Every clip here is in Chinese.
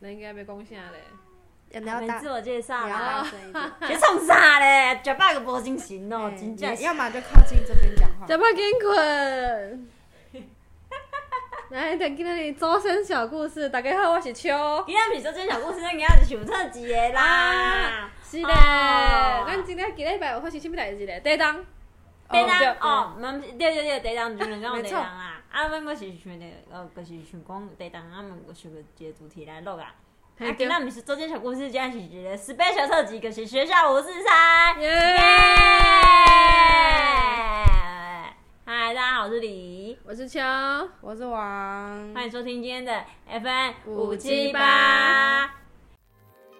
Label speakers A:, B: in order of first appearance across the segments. A: 那应该要讲啥 嘞？
B: 要不
C: 还
B: 要
C: 没
B: 大？啊
C: 自我介绍
B: 你要
C: 啦
B: 大，声一点。
C: 别创啥嘞，绝拜个无精神哦，真正
B: 你
C: 是。
B: 要么就靠近这边讲话。
A: 怎么给你困？来，等今天的周深小故事，大家好，我是秋。
C: 今天不是说这小故事，咱今天是想特辑的啦
A: 啊。是的，
C: 哦
A: 咱今天今礼拜有发生什么代志嘞？对当，
C: 第一
A: 对
C: 档哦，毋对对对，第一档就是讲
B: 没
C: 第一
B: 错
C: 档啦。啊，咱我是想着，呃，就是想讲第一档，咱们想着一个主题来录啦。啊
A: 嘿，对
C: 今仔毋是周间小故事，今仔是一个 special 特辑，就是学校五四三。
A: 耶
C: 耶！嗨，大家好，我是李怡，
A: 我是秋。
B: 我是王，
C: 欢迎收听今天的 FM 五
A: 五
C: 七
A: 七
C: 八
A: 八。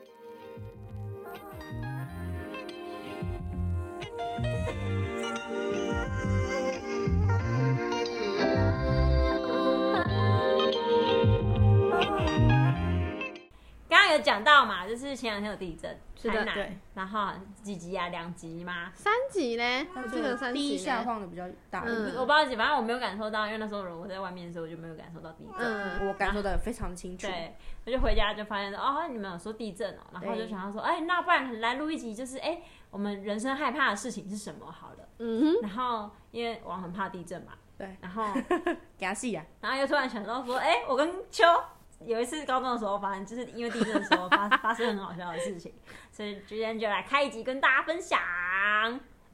C: 刚刚有讲到嘛，就是前两天有地震，
A: 是的
C: 台南
B: 对，
C: 然后几级啊？两级吗？
A: 三级呢？我记得三级呢。
B: 第一下晃的比较大，
A: 嗯
C: 我不知道，反正我没有感受到，因为那时候我在外面的时候，我就没有感受到地震。
A: 嗯，
B: 我感受的非常清楚。
C: 对，我就回家就发现说，哦，你们有说地震哦，然后就
B: 对
C: 想要说，哎、那不然来录一集，就是哎、我们人生害怕的事情是什么？好了，
A: 嗯哼，
C: 然后因为王很怕地震嘛，
B: 对，
C: 然后
B: 牙细啊呀，
C: 然后又突然想到说，哎、我跟秋有一次高中的时候，反正就是因为地震的时候发发生很好笑的事情，所以今天就来开一集跟大家分享。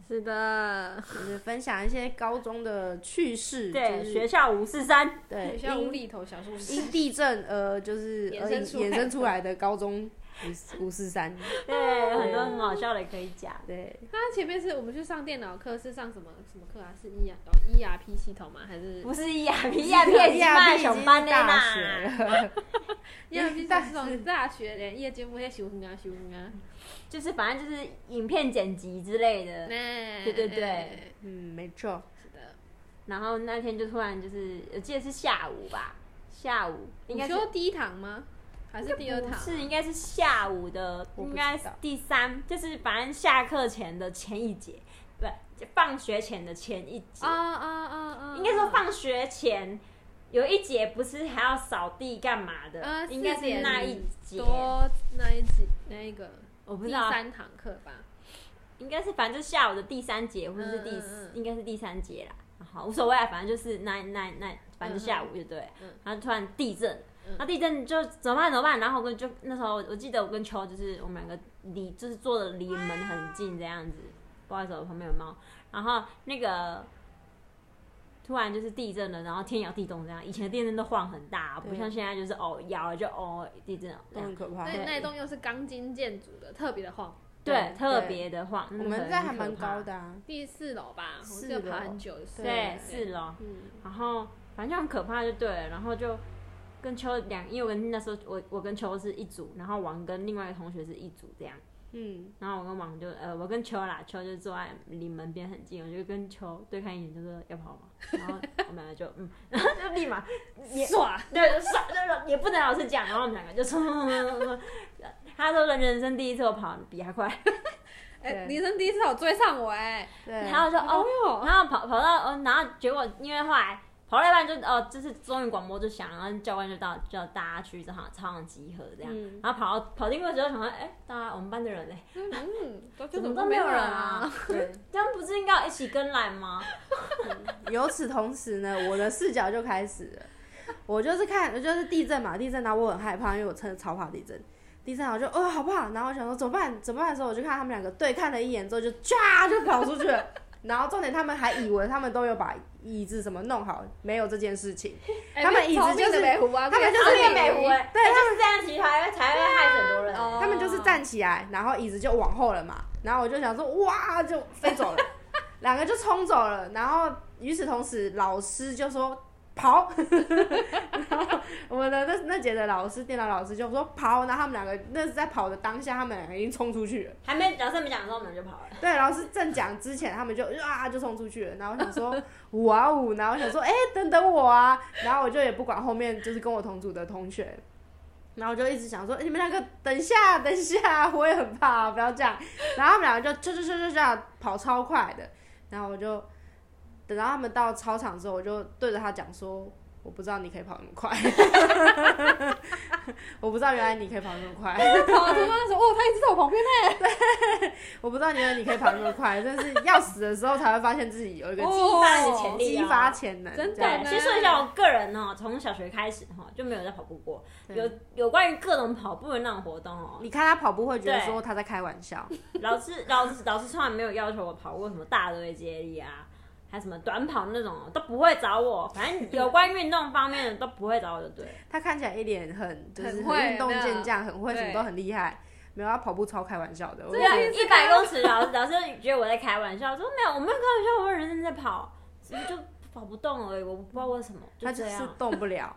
A: 是的，
B: 就是分享一些高中的趣事，
C: 对，
B: 就是
C: 学校五四三，
B: 对
A: 像无
B: 因
A: 厘头小故事。
B: 因地震呃就是
A: 衍生
B: 而衍
A: 出来
B: 衍生出来的高中五五四三，
C: 对，有很多很好笑的可以讲。
B: 对，
A: 那前面是我们去上电脑课，是上什么什么课啊？是 E R 哦 E R P 系统吗？还是
C: 不是伊亚皮，伊亚皮也是卖熊班的
B: 大
C: 啦。
B: 学了，
A: E R P 系统？这 种大学连夜间不会修啊修啊？
C: 就是反正就是影片剪辑之类的。
A: 对
C: 对对对
B: 嗯，没错，
A: 是的。
C: 然后那天就突然就是，我记得是下午吧，下午应
A: 你
C: 该是
A: 说第一堂吗？还是第二
C: 不
A: 堂？啊
C: 是应该是下午的，
B: 我不
C: 应
B: 知道
C: 该是第三，就是反正下课前的前一节，不，就放学前的前一节，
A: 啊啊啊啊！
C: 应该说放学前。有一节不是还要扫地干嘛的？
A: 呃
C: 应该
A: 四
C: 是
A: 点
C: 那一节，
A: 多那一集那一个
C: 我不
A: 第
C: 知道，啊
A: 三堂课吧。
C: 应该是反正就是下午的第三节，或者是第、
A: 嗯嗯嗯
C: 应该是第三节啦，好无所谓啊，反正就是那那那，反正就下午就对了，
A: 嗯嗯
C: 然后突然地震
A: 嗯。
C: 那地震就怎么办怎么办？然后我跟就那时候我记得我跟秋就是我们两个离就是坐的离门很近这样子，不好意思我旁边有猫。然后那个突然就是地震了，然后天摇地动这样。以前的地震都晃很大，啊不
B: 对
C: 像现在就是哦摇了就哦地震了这
B: 都
C: 样
B: 很，可怕
A: 那。
C: 对
A: 那一栋又是钢筋建筑的，特别的晃。
C: 对
B: 对
C: 特别的晃。嗯
B: 我们这还蛮高的啊，
A: 第四楼吧，我记
B: 四
A: 得
B: 楼
A: 爬很久的。
C: 对，四楼。
A: 嗯，
C: 然后反正就很可怕就对了，然后就跟秋两，因为我跟那时候我我跟秋是一组，然后王跟另外一个同学是一组这样，
B: 嗯，
C: 然后我跟王就呃我跟秋啦，秋就坐在离门边很近，我就跟秋对看一眼，就说要跑 吗？然后我们两个就嗯，然后就立马也
A: 爽。
C: 对，就算就是也不能老是讲，然后我们两个就 冲冲冲冲冲，他说人生第一次我跑比他快，
A: 哎、
B: 对
A: 你是第一次有追上我哎、
B: 对，啊
C: 然后我就哦。
A: 哦，
C: 然后跑跑到，呃，然后结果因为后来跑到一半就，哦，就是终于广播就响，然后教官就到叫大家去操场操场集合这样。
B: 嗯
C: 然后跑到跑经过之后，想说，哎，大家我们班的人嘞，哎
A: 嗯，都
C: 怎么都没有人啊？？
B: 对，
C: 这样不是应该要一起跟来吗？
B: 由此同时呢，我的视角就开始了。我就是看，我就是地震嘛，地震，然后我很害怕，因为我真的超怕地震。地震，然后我就哦，好不好？然后我想说怎么办？怎么办的时候，我就看他们两个对看了一眼之后，就唰就跑出去了。 然后重点，他们还以为他们都有把椅子什么弄好，没有这件事情。他们椅子就是
A: 美湖啊，
B: 他们就是
A: 这
B: 那
A: 样
B: 个
C: 美
B: 美
C: 湖
B: 湖
C: 哎，
B: 对
C: 哎就是这样，其实才会才会害死很多人。
A: 哦
B: 他们就是站起来，然后椅子就往后了嘛，然后我就想说哇，就飞走了，两个就冲走了，然后与此同时，老师就说跑，然后我们的那那节的老师，电脑老师就说跑，然后他们两个那是在跑的当下，他们两个已经冲出去了，
C: 还没老师还没讲的时候，我们就跑了。
B: 对，老师正讲之前，他们就啊就冲出去了，然后我想说哇哦，然后我想说哎、等等我啊，然后我就也不管后面就是跟我同组的同学。然后我就一直想说，哎你们两个等一下，等一下，我也很怕，啊不要这样。然后他们两个就就就就就这样跑超快的，然后我就等到他们到操场之后，我就对着他讲说，我不知道你可以跑那么快， 我不知道原来你可以跑那么快，
A: 跑的时候那时候，哦，他一直在我旁边呢。
B: 我不知道原来你可以跑那么快，真是要死的时候才会发现自己有一个
A: 哦
B: 激
C: 激发你的潜力、啊，
B: 激发潜能，
A: 真的
B: 这样
C: 对，先说一下我个人哦，从小学开始哈就没有在跑步过，
B: 对
C: 有有关于各种跑步的那种活动哦，
B: 你看他跑步会觉得
C: 对
B: 说他在开玩笑，
C: 老师老师老师从来没有要求我跑过什么大队接力啊，还什么短跑那种都不会找我，反正有关运动方面的都不会找我就对了。
B: 他看起来一脸很就是
A: 很会
B: 运动健将，很会，
A: 对
B: 什么都很厉害。没有，他跑步超开玩笑的。我
A: 对
B: 就
A: 啊
B: 觉得
A: 一
C: 一
A: 直
C: 百
A: 开
C: 公尺，老师老师觉得我在开玩笑，说没有，我没有开玩笑，我很认真在跑，只是就跑不动而已，我不知道为什么，就
B: 他
C: 这
B: 就是
C: 样。
B: 动 不了，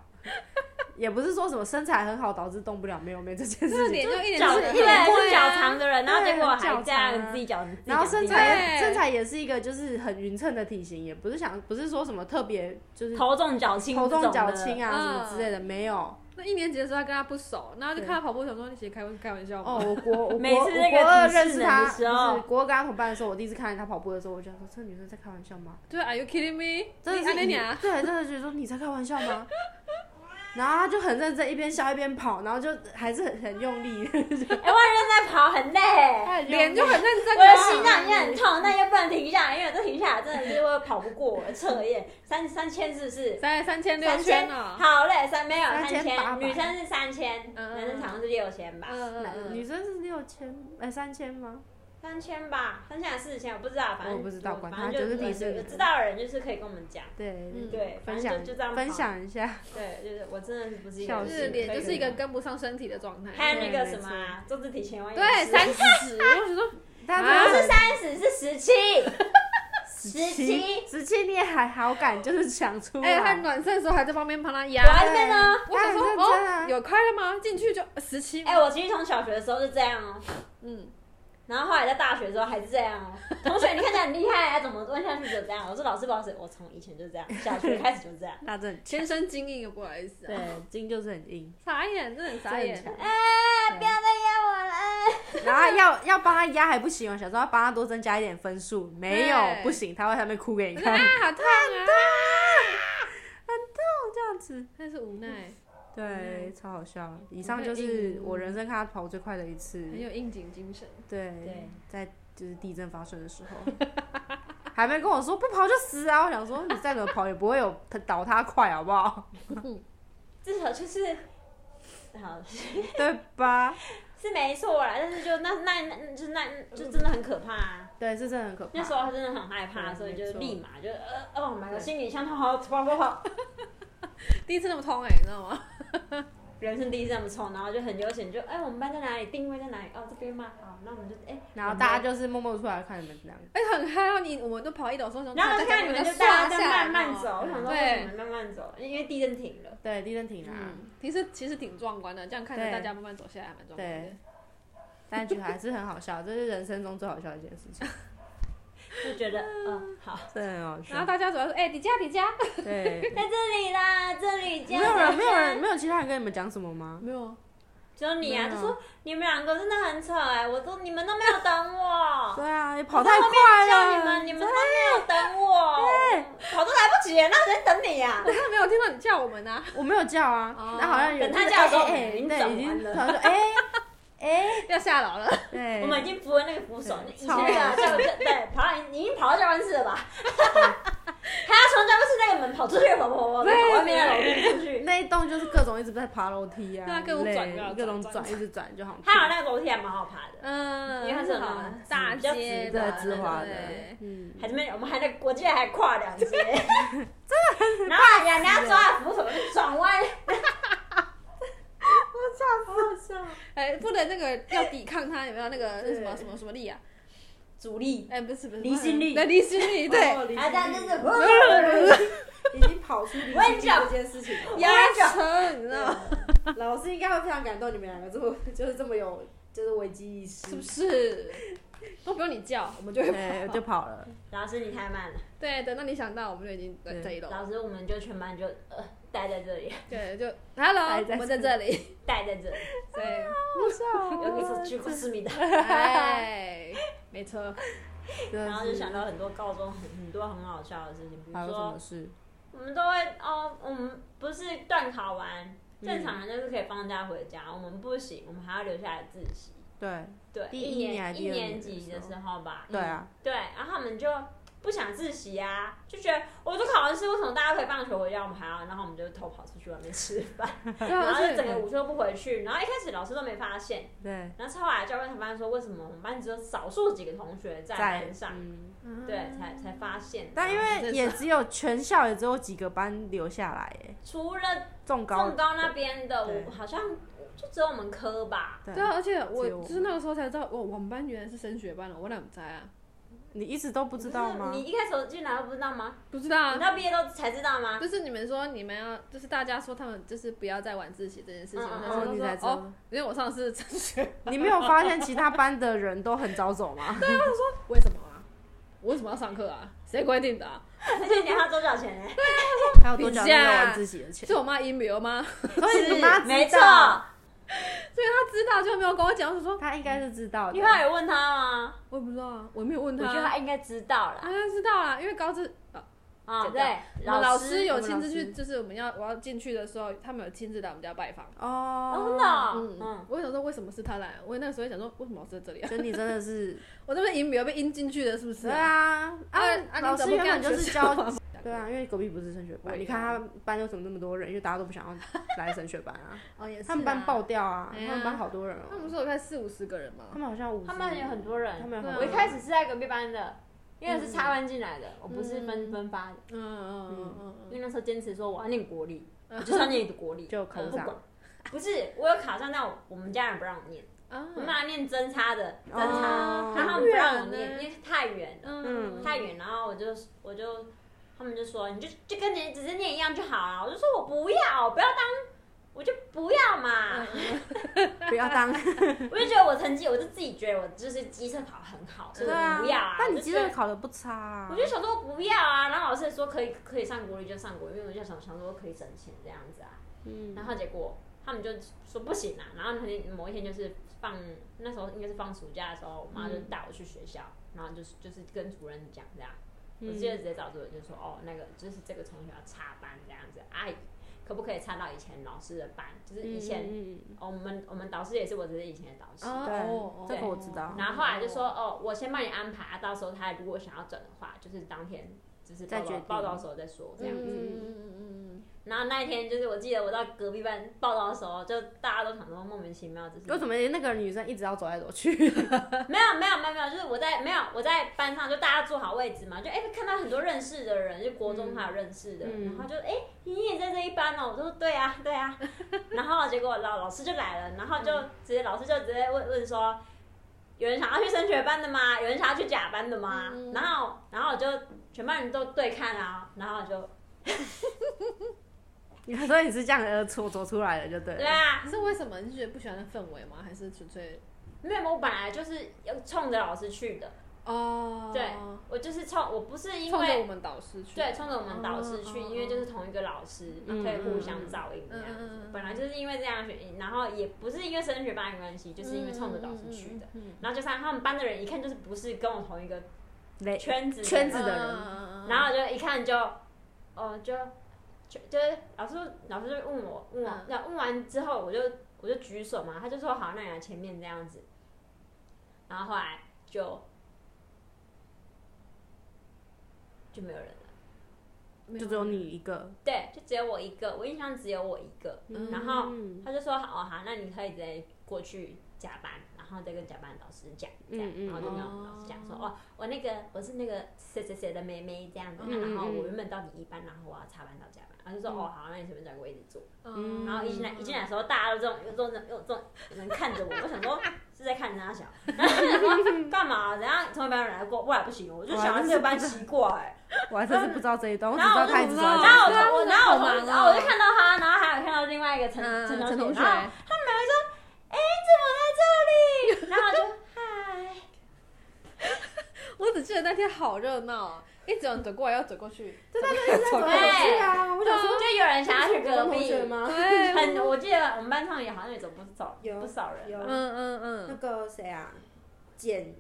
B: 也不是说什么身材很好导致动不了，没有没有这件
A: 这
B: 事
A: 脸
B: 情。
A: 就一脸
C: 脚
A: 是
C: 对
A: 很会
C: 是脚
A: 啊
C: 长的人，然后结果还
B: 对
C: 这
B: 很脚长
C: 样
B: 啊
C: 自己脚，自己
B: 然后
C: 脚
B: 身
C: 自己
B: 材
A: 对
B: 身材也是一个就是很匀称的体型，也不是想不是说什么特别就是
C: 头重脚轻，
B: 头重脚轻
C: 啊。
B: 啊
A: 嗯
B: 什么之类的，没有。
A: 那一年级的时候，他跟他不熟，然后就看他跑步，想说你其实开玩开玩笑
B: 哦
A: 吗？，
B: 我国我国
C: 每次
B: 我
C: 那个
B: 国二
C: 体
B: 认
C: 适
B: 识
C: 能
B: 他
C: 的时候
B: 不是国二跟他同班的时候，我第一次看见他跑步的时候，我就想说这女生在开玩笑吗？
A: 就是啊 Are you kidding me？
B: 真
A: 你
B: 的
A: 看
B: 是
A: 那
B: 以
C: 啊
A: 娘，
B: 对，真的觉得说你在开玩笑吗？ 然后他就很认真，一边笑一边跑，然后就还是很很用 力，
C: 哎，我认真在跑很累，
B: 他很用力
A: 脸就很认真
C: 我的
A: 啊。
C: 心脏也很痛，但又不能停下来，因为我这停下来真的是会跑不过我的测 验，三三千是不是？
A: 三三千六
C: 三千
A: 圈哦。
C: 好累，三没有
B: 三
C: 三
B: 千八
C: 千，
B: 百
C: 女生是三千，
A: 嗯
C: 男生好像是六千吧，
A: 嗯嗯
B: 女
A: 嗯，
B: 生是六千哎三千吗？
C: 三千吧，三千还是四千，我不知道，反正
B: 我不知道管他
C: 反正
B: 就是体
C: 有
B: 质
C: 知道的人就是可以跟我们讲，
B: 对，
A: 嗯
C: 对，
B: 分
C: 反
B: 享
C: 正就就这样跑啊
B: 分，享一下，
C: 对，就是我真的是不是一个
B: 笑
A: 就
B: 死
A: 是脸就是一个
C: 可以
A: 跟不上身体的状
C: 还
A: 态。
C: 有那个什么啊做字体前弯也
A: 对，
C: 是，
A: 三十，我想说
B: 但
A: 啊
B: 他
C: 不是三十是 十七，十七，
B: 十七你也还好感，就是想出
A: 哎、他
B: 来，
A: 暖身的时候还在旁边帮他压
C: 我。还在呢。
A: 我想说，
B: 他很认真啊
A: 哦，有开了吗？进去就呃十七。
C: 哎，我其实从小学的时候就这样哦，
A: 嗯，
C: 然后后来在大学的时候还是这样哦。同学，你看起来很厉害啊，怎么问下去就这样？我说老师不好意思，我从以前就这样，小学开始就这样。
B: 他真的很
A: 天生精英，不好意思、啊，
B: 对，筋就是很硬，
A: 傻眼，真的很傻眼
B: 真。的很
C: 哎，不要再压我了。哎
B: 强然后要要帮他压还不行哦，想说要帮他多增加一点分数，没有
A: 对
B: 不行，他会在那边哭给你
A: 我说啊
B: 看，，
A: 好痛啊！
B: 这样子。嗯
A: 但是无奈，
B: 对，超好笑。以上
A: 会
B: 就是
A: 硬
B: 我人生看他跑最快的一次。
A: 很有应景精神。
B: 对，
C: 对
B: 在就是地震发生的时候，还没跟我说不跑就死啊！我想说你再怎么跑也不会有倒他快，好不好？
C: 至少就是，好
B: 对吧？
C: 是没错啦，但是就那那那就那就真的很可怕、啊。
B: 对，这真的很可怕
C: 那。时候他真的很害怕，
B: 对
C: 所以
B: 没
C: 就
B: 错
C: 立马就呃哦买个心理相通，好跑跑跑，
A: 第一次那么痛哎、你知道吗？
C: 人生第一次那么冲，然后就很悠闲，就哎、我们班在哪里，定位在哪里，哦这边吗？好，那我们就哎、
B: 然后大家就是默默出来看你们这样。
A: 哎、很嗨哦！你我们都跑一抖的时候，
C: 然后就看你们就大家在哦慢慢走，我想说为什
A: 哦对
C: 么，慢慢走？因为地震停了，
B: 对，地震停了啊、
A: 嗯，其实其实挺壮观的，这样看着
B: 对
A: 大家慢慢走下来，还蛮壮观的
B: 对。但觉得还是很好笑，这是人生中最好笑的一件事 情，
C: 就觉得嗯好，
B: 真的很好
A: 然后
B: 笑。
A: 大家主要说，哎、迪迦迪迦，
B: 对，
C: 在这里啦，这里这
B: 没
C: 样
B: 有人，没有人，，没有其他人跟你们讲什么吗？
A: 没有，
C: 只有你啊，
B: 没
C: 就
B: 有
C: 说你们两个真的很扯哎、我都你们都没有等哦我。
B: 对啊，你跑
C: 在
B: 太
C: 后
B: 快
C: 面
B: 了。
C: 叫你们，你们都没有等我，跑都来不及，那谁等你啊呀、
A: 我真的没有听到你叫我们啊。
B: 我没有叫啊，
A: 哦
B: 那好像有
C: 等他叫的时候
B: 哎哎哎
C: 已经
B: 对
C: 整
B: 已经
C: 完了
B: 他说哎哎，
A: 要下楼了，
B: 对，
C: 我们已经扶了那个扶手，
B: 对
C: 以前那个教官对跑到已经跑到教官室了吧？ 他要从教官室那个门跑出去，跑跑跑跑，跑
A: 对
C: 外面的楼梯出去。
B: 那一栋就是各种一直在爬楼梯啊，
A: 对啊各种
B: 累
A: 转啊
B: 各种
A: 转
B: 转，
A: 转
B: 一直转就好像
C: 还好那个楼梯还蛮好爬的，
A: 嗯，
C: 因为它是很啊
A: 好
C: 直
A: 大
C: 比较
A: 街
C: 直
B: 对
C: 的
B: 直滑的
A: 对，
B: 嗯，
C: 还这边我们还在，我记得还跨 两阶，真的很。然后人家抓扶手就转弯，我操，好好笑，
A: 哎、不能那个要抵抗它，有没有那个那什么
C: 对
A: 什么什么力啊？
C: 阻力，
A: 哎、不是不是，
C: 离心力哦
A: 对，离心 力，对，
C: 还这样就是呃
B: 已经跑出离
C: 我也讲
B: 件事情了
A: 压车，你知道吗？
B: 老师应该会非常感动你们两个，这么就是这么有就是危机意识
A: 是不是？都不用你叫，我们就会
B: 对，
A: 跑。
B: 就跑了，
C: 老师你太慢了。
A: 对，等到你想到，我们就已经在
B: 对
A: 这一楼。
C: 老师，我们就全班就呃待在这里，
A: 对，就 Hello，
B: 还哎在
A: 我们在这里。
C: 待在这里，
A: 对，
B: 好笑
C: 有一次去过思密达，
A: 哎，没错，
B: 然
C: 然后就想到很多高中很很多很好笑的事情，比
B: 还
C: 如
B: 有什么
C: 说
B: 事？
C: 我们都会哦，我们不是断考完，
B: 嗯
C: 正常人就是可以放假回家，我们不行，我们还要留下来自习。
B: 对，
C: 对，
B: 第
C: 一
B: 一年还是
C: 一
B: 第二
C: 年
B: 年
C: 级的
B: 的
C: 时
B: 时
C: 候吧。
B: 对啊
C: 嗯，对，然后我们就不想自习啊，就觉得我都考完试，为什么大家可以放学回家，我们还要？啊然后我们就偷跑出去外面吃饭，
B: 对啊，
C: 然后
B: 而
C: 就
B: 且
C: 整个午休不回去，然后一开始老师都没发现，
B: 对
C: 然后是后来教官才发现说，为什么我们班只有少数几个同学在哦班上，
B: 嗯，
C: 对，才才发现。
B: 但因为也只有全校也只有几个班留下来，哎，
C: 除了
B: 重高
C: 凤高那边的，
B: 对
C: 我好像就只有我们科吧。
B: 对
A: 对啊，而且
B: 只
A: 我
B: 有我
A: 就是那个时候才知道，我我们班原来是升学班了，我哪不在啊？
B: 你一直都不知道吗
C: 你？一开始进来都不知道吗？
A: 不知道
C: 你啊
A: 啊。
C: 到毕业都才知道 吗？
A: 就是你们说你们要，就是大家说他们就是不要再晚自习这件事情，
C: 嗯
A: 我
C: 嗯
A: 那时
B: 哦，
A: 候
B: 你
A: 就
B: 才知
A: 说
B: 道
A: 哦，，因为我上次升学，
B: 你没有发现其他班的人都很早走吗？
A: 为什么啊？我为什么要上课啊？谁规定的 啊？
C: 而且你还要多少钱呢？ 欸
B: 还有多久没有晚自习的钱？
A: 是我妈阴谋吗？
B: 所以你妈知道
C: 没错。你
A: 所以她知道就没有跟我讲，我就说
B: 她应该是知道的。哦
C: 后来有问他吗？
A: 我也不知道啊，我没有问
C: 我
A: 她
C: 觉
A: 啊。
C: 得他应该知道
A: 啊，
C: 啦。
A: 她知道啦，因为高知啊，
C: 啊，
A: 知道
C: 对，
A: 我们老
C: 师
A: 有
B: 我们
A: 亲
B: 老
A: 自去，
B: 师
A: 就是我们要我要进去的时候，他们有亲自来我们家拜访。
B: 哦，
C: 哦真的哦，
A: 嗯
C: 嗯，，
A: 我想说为什么是他来？我那时候也想说为什么老师在这里 啊？
B: 就你真的是，
A: 我这边阴没有被阴进去的，是不是
B: 对？啊，
A: 啊
B: 啊，
A: 啊！
B: 老
A: 你怎
B: 师
A: 么
B: 原
A: 干
B: 本就
A: 学
B: 是
A: 校
B: 教，
A: 啊
B: 对啊，因为隔壁不是升学班，你看他班为什么那么多人？因为大家都不想要来升学班啊，
A: 哦也是啊。
B: 他们班爆掉啊，
A: 哎呀
B: 他们班好多人
A: 他们
B: 哦，
A: 不是有快四五十个人吗
B: 他？们好像五十，
C: 他们有很多人。
B: 他们有
A: 对啊
B: 很多
C: 我一
B: 人，嗯
C: 开始是在隔壁班的，因为是插班进来的，我不是分
A: 嗯
C: 分发的，
A: 嗯嗯嗯
C: 因
A: 嗯
C: 为那时候坚持说我要念国立，我就是要念国立，
B: 就考不
C: 我
B: 上
C: 不管。不是，我有考上，但我我们家人不让我念，
A: 嗯
C: 我
A: 啊！
C: 妈念真差的，真差，
B: 哦
C: 啊然后他们不让我念，因为太远了，
A: 嗯，
C: 太远，然后我就我就。他们就说你就就跟你只是念一样就好了，我就说我不要，我不要当，我就不要嘛，
A: 嗯
B: 不要当，
C: 我就觉得我成绩，我就自己觉得我就是基测考很好，所以
B: 对
C: 我
B: 啊
C: 不要啊。，
B: 但
C: 我
B: 你
C: 就
B: 其
C: 觉
B: 实
C: 得
B: 考的不差啊
C: 我，就想说我不要啊，然后老师也说可以可以上国立就上国立，因为我就想想说可以省钱这样子啊。
B: 嗯，
C: 然后结果他们就说不行啊，然后某一天就是放那时候应该是放暑假的时候，我妈就带我去学校，
B: 嗯
C: 然后就是就是跟主任讲这样，我记得直接找主任就说哦那个就是这个同学要插班这样子，阿姨可不可以插到以前老师的班？就是以前、
B: 嗯，
C: 哦、我们我们导师也是我只是以前的导师，
B: 对
A: 哦，
B: 这个我知道
C: 然后后来就说，哦，我先帮你安排，啊，到时候他如果想要转的话，就是当天就是报
B: 再决
C: 道
B: 定
C: 报道的时候再说这样
A: 嗯
C: 子。
A: 嗯嗯
C: 然后那一天就是我记得我到隔壁班报道的时候，就大家都想说莫名其妙，就是
B: 为什么那个女生一直要走来走去？
C: 没有没有没有没有，就是我在没有我在班上就大家坐好位置嘛，就哎、看到很多认识的人，就国中还有认识的，
B: 嗯
C: 然后就哎、你也在这一班哦，我说对 啊对啊，然后结果老老师就来了，然后就直接老师就直接问问说，有人想要去升学班的吗？有人想要去甲班的吗？
A: 嗯
C: 然后然后我就全班人都对看啊，然后我就
B: 所以你是这样呃走走出来的就对了，
C: 对啊，
A: 嗯，是为什么？你是觉得不喜欢那氛围吗？还是纯粹
C: 没有我本来就是要冲着老师去的，
A: 哦？
C: 对我就是冲我不是因
A: 冲着
C: 为
A: 我们导师去，
C: 对，冲着我们导师去，
A: 哦哦
C: 因为就是同一个老师，
B: 嗯
C: 可以互相照应这
A: 嗯
C: 样
A: 嗯嗯
C: 子
A: 嗯。
C: 本来就是因为这样学，然后也不是因为升学班的关系，就是因为冲着导师去的。
A: 嗯。嗯嗯嗯嗯
C: 然后就像他们班的人一看就是不是跟我同一个
B: 嘞
C: 圈子
B: 圈子
C: 人
B: 的人
A: 嗯
C: 然后就一看就，哦就就就是老师老师就问我问我
A: 嗯，
C: 那、问完之后我就我就举手嘛，他就说好，那你来前面这样子。然后后来就就没有人了。
A: 没
B: 就只有你一 个，
C: 对，就只有我一个，我印象只有我一个。
A: 嗯
C: 然后
B: 嗯
C: 他就说：“好、哦、好，那你可以直接过去加班，然后再跟加班老师讲，这样。
B: 嗯嗯
C: 然后就跟
A: 嗯
C: 我们老师讲说：“哦，我那个我是那个谁谁谁的妹妹这样子，
B: 嗯嗯
C: 然后
B: 嗯
C: 我原本到你一班，然后我要插班到加班。”然后就说：“哦，好，那你随便找个位置坐。”
A: 嗯
C: 然后一进来一进来的时候，大家都这种有这种有这种人看着我，我想说是在看人家小，然后就想说 干嘛？人家从一班人来过，过来不行，我就想到这个班奇怪、
B: 我还真是不知道这一段，我只
C: 然
B: 知
C: 后
B: 道
C: 我就
B: 他一直走来走
C: 然
B: 去
C: 后我
A: 对啊
C: 就我
A: 真的
C: 然啊后我
A: 好忙哦
C: 就然后我就看到他，然后还有看到另外一个陈
A: 嗯
C: 陈
A: 陈
C: 同
A: 同
C: 学，
A: 学
C: 哎然后他们还说，哎，怎么在这里？然后我就嗨，
A: 我只记得那天好热闹，一直有人走过来要走过 去，
B: 对对对，一直在走来走去啊！我想说，
C: 就有人想要去隔
B: 同
C: 壁
B: 学吗？
A: 对，嗯
C: 很，我记得我们班上也好像也走不少
B: 有
A: 嗯
C: 不少人吧，
B: 有
A: 嗯嗯，
B: 个谁啊，简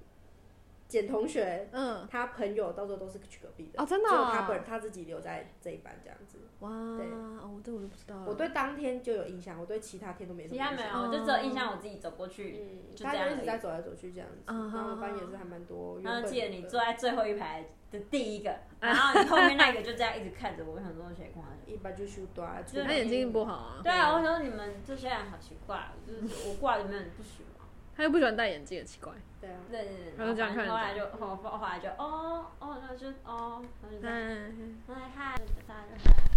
B: 简同学
A: 嗯，
B: 他朋友到时候都是去隔壁的
A: 哦，真的
B: 只有
A: 哦、
B: 他本他自己留在这一班这样子。
A: 哇，
B: 对
A: 哦，这我就不知道了。
B: 我对当天就有印象，我对其他天都没什么
C: 嗯其
B: 印象。
C: 他没有，我就只有印象我自己走过去，
B: 嗯，
C: 就这
B: 他
C: 样
B: 就一
C: 而
B: 直
C: 已
B: 在走来走去这样子，
A: 嗯
B: 然后
A: 嗯
B: 班也
A: 嗯
B: 是还蛮多。
C: 然
B: 原
C: 后
B: 本
C: 记得
B: 有
C: 你
B: 的
C: 坐在最后一排的第 一个，然后你后面那个就这样一直看着我，我想说谁光
B: 一般就修短啊，
C: 就是
A: 他眼睛不好啊，
C: 对啊，我想说你们这些人好奇怪，就是我挂着没有人不许嘛。
A: 他又不喜欢戴眼镜，很奇怪。
B: 对啊，
C: 对对对，
A: 然后这样看着
C: 后来就后后来就哦哦，那就哦，然后就这样
A: 嗯，
C: 嗨嗨，大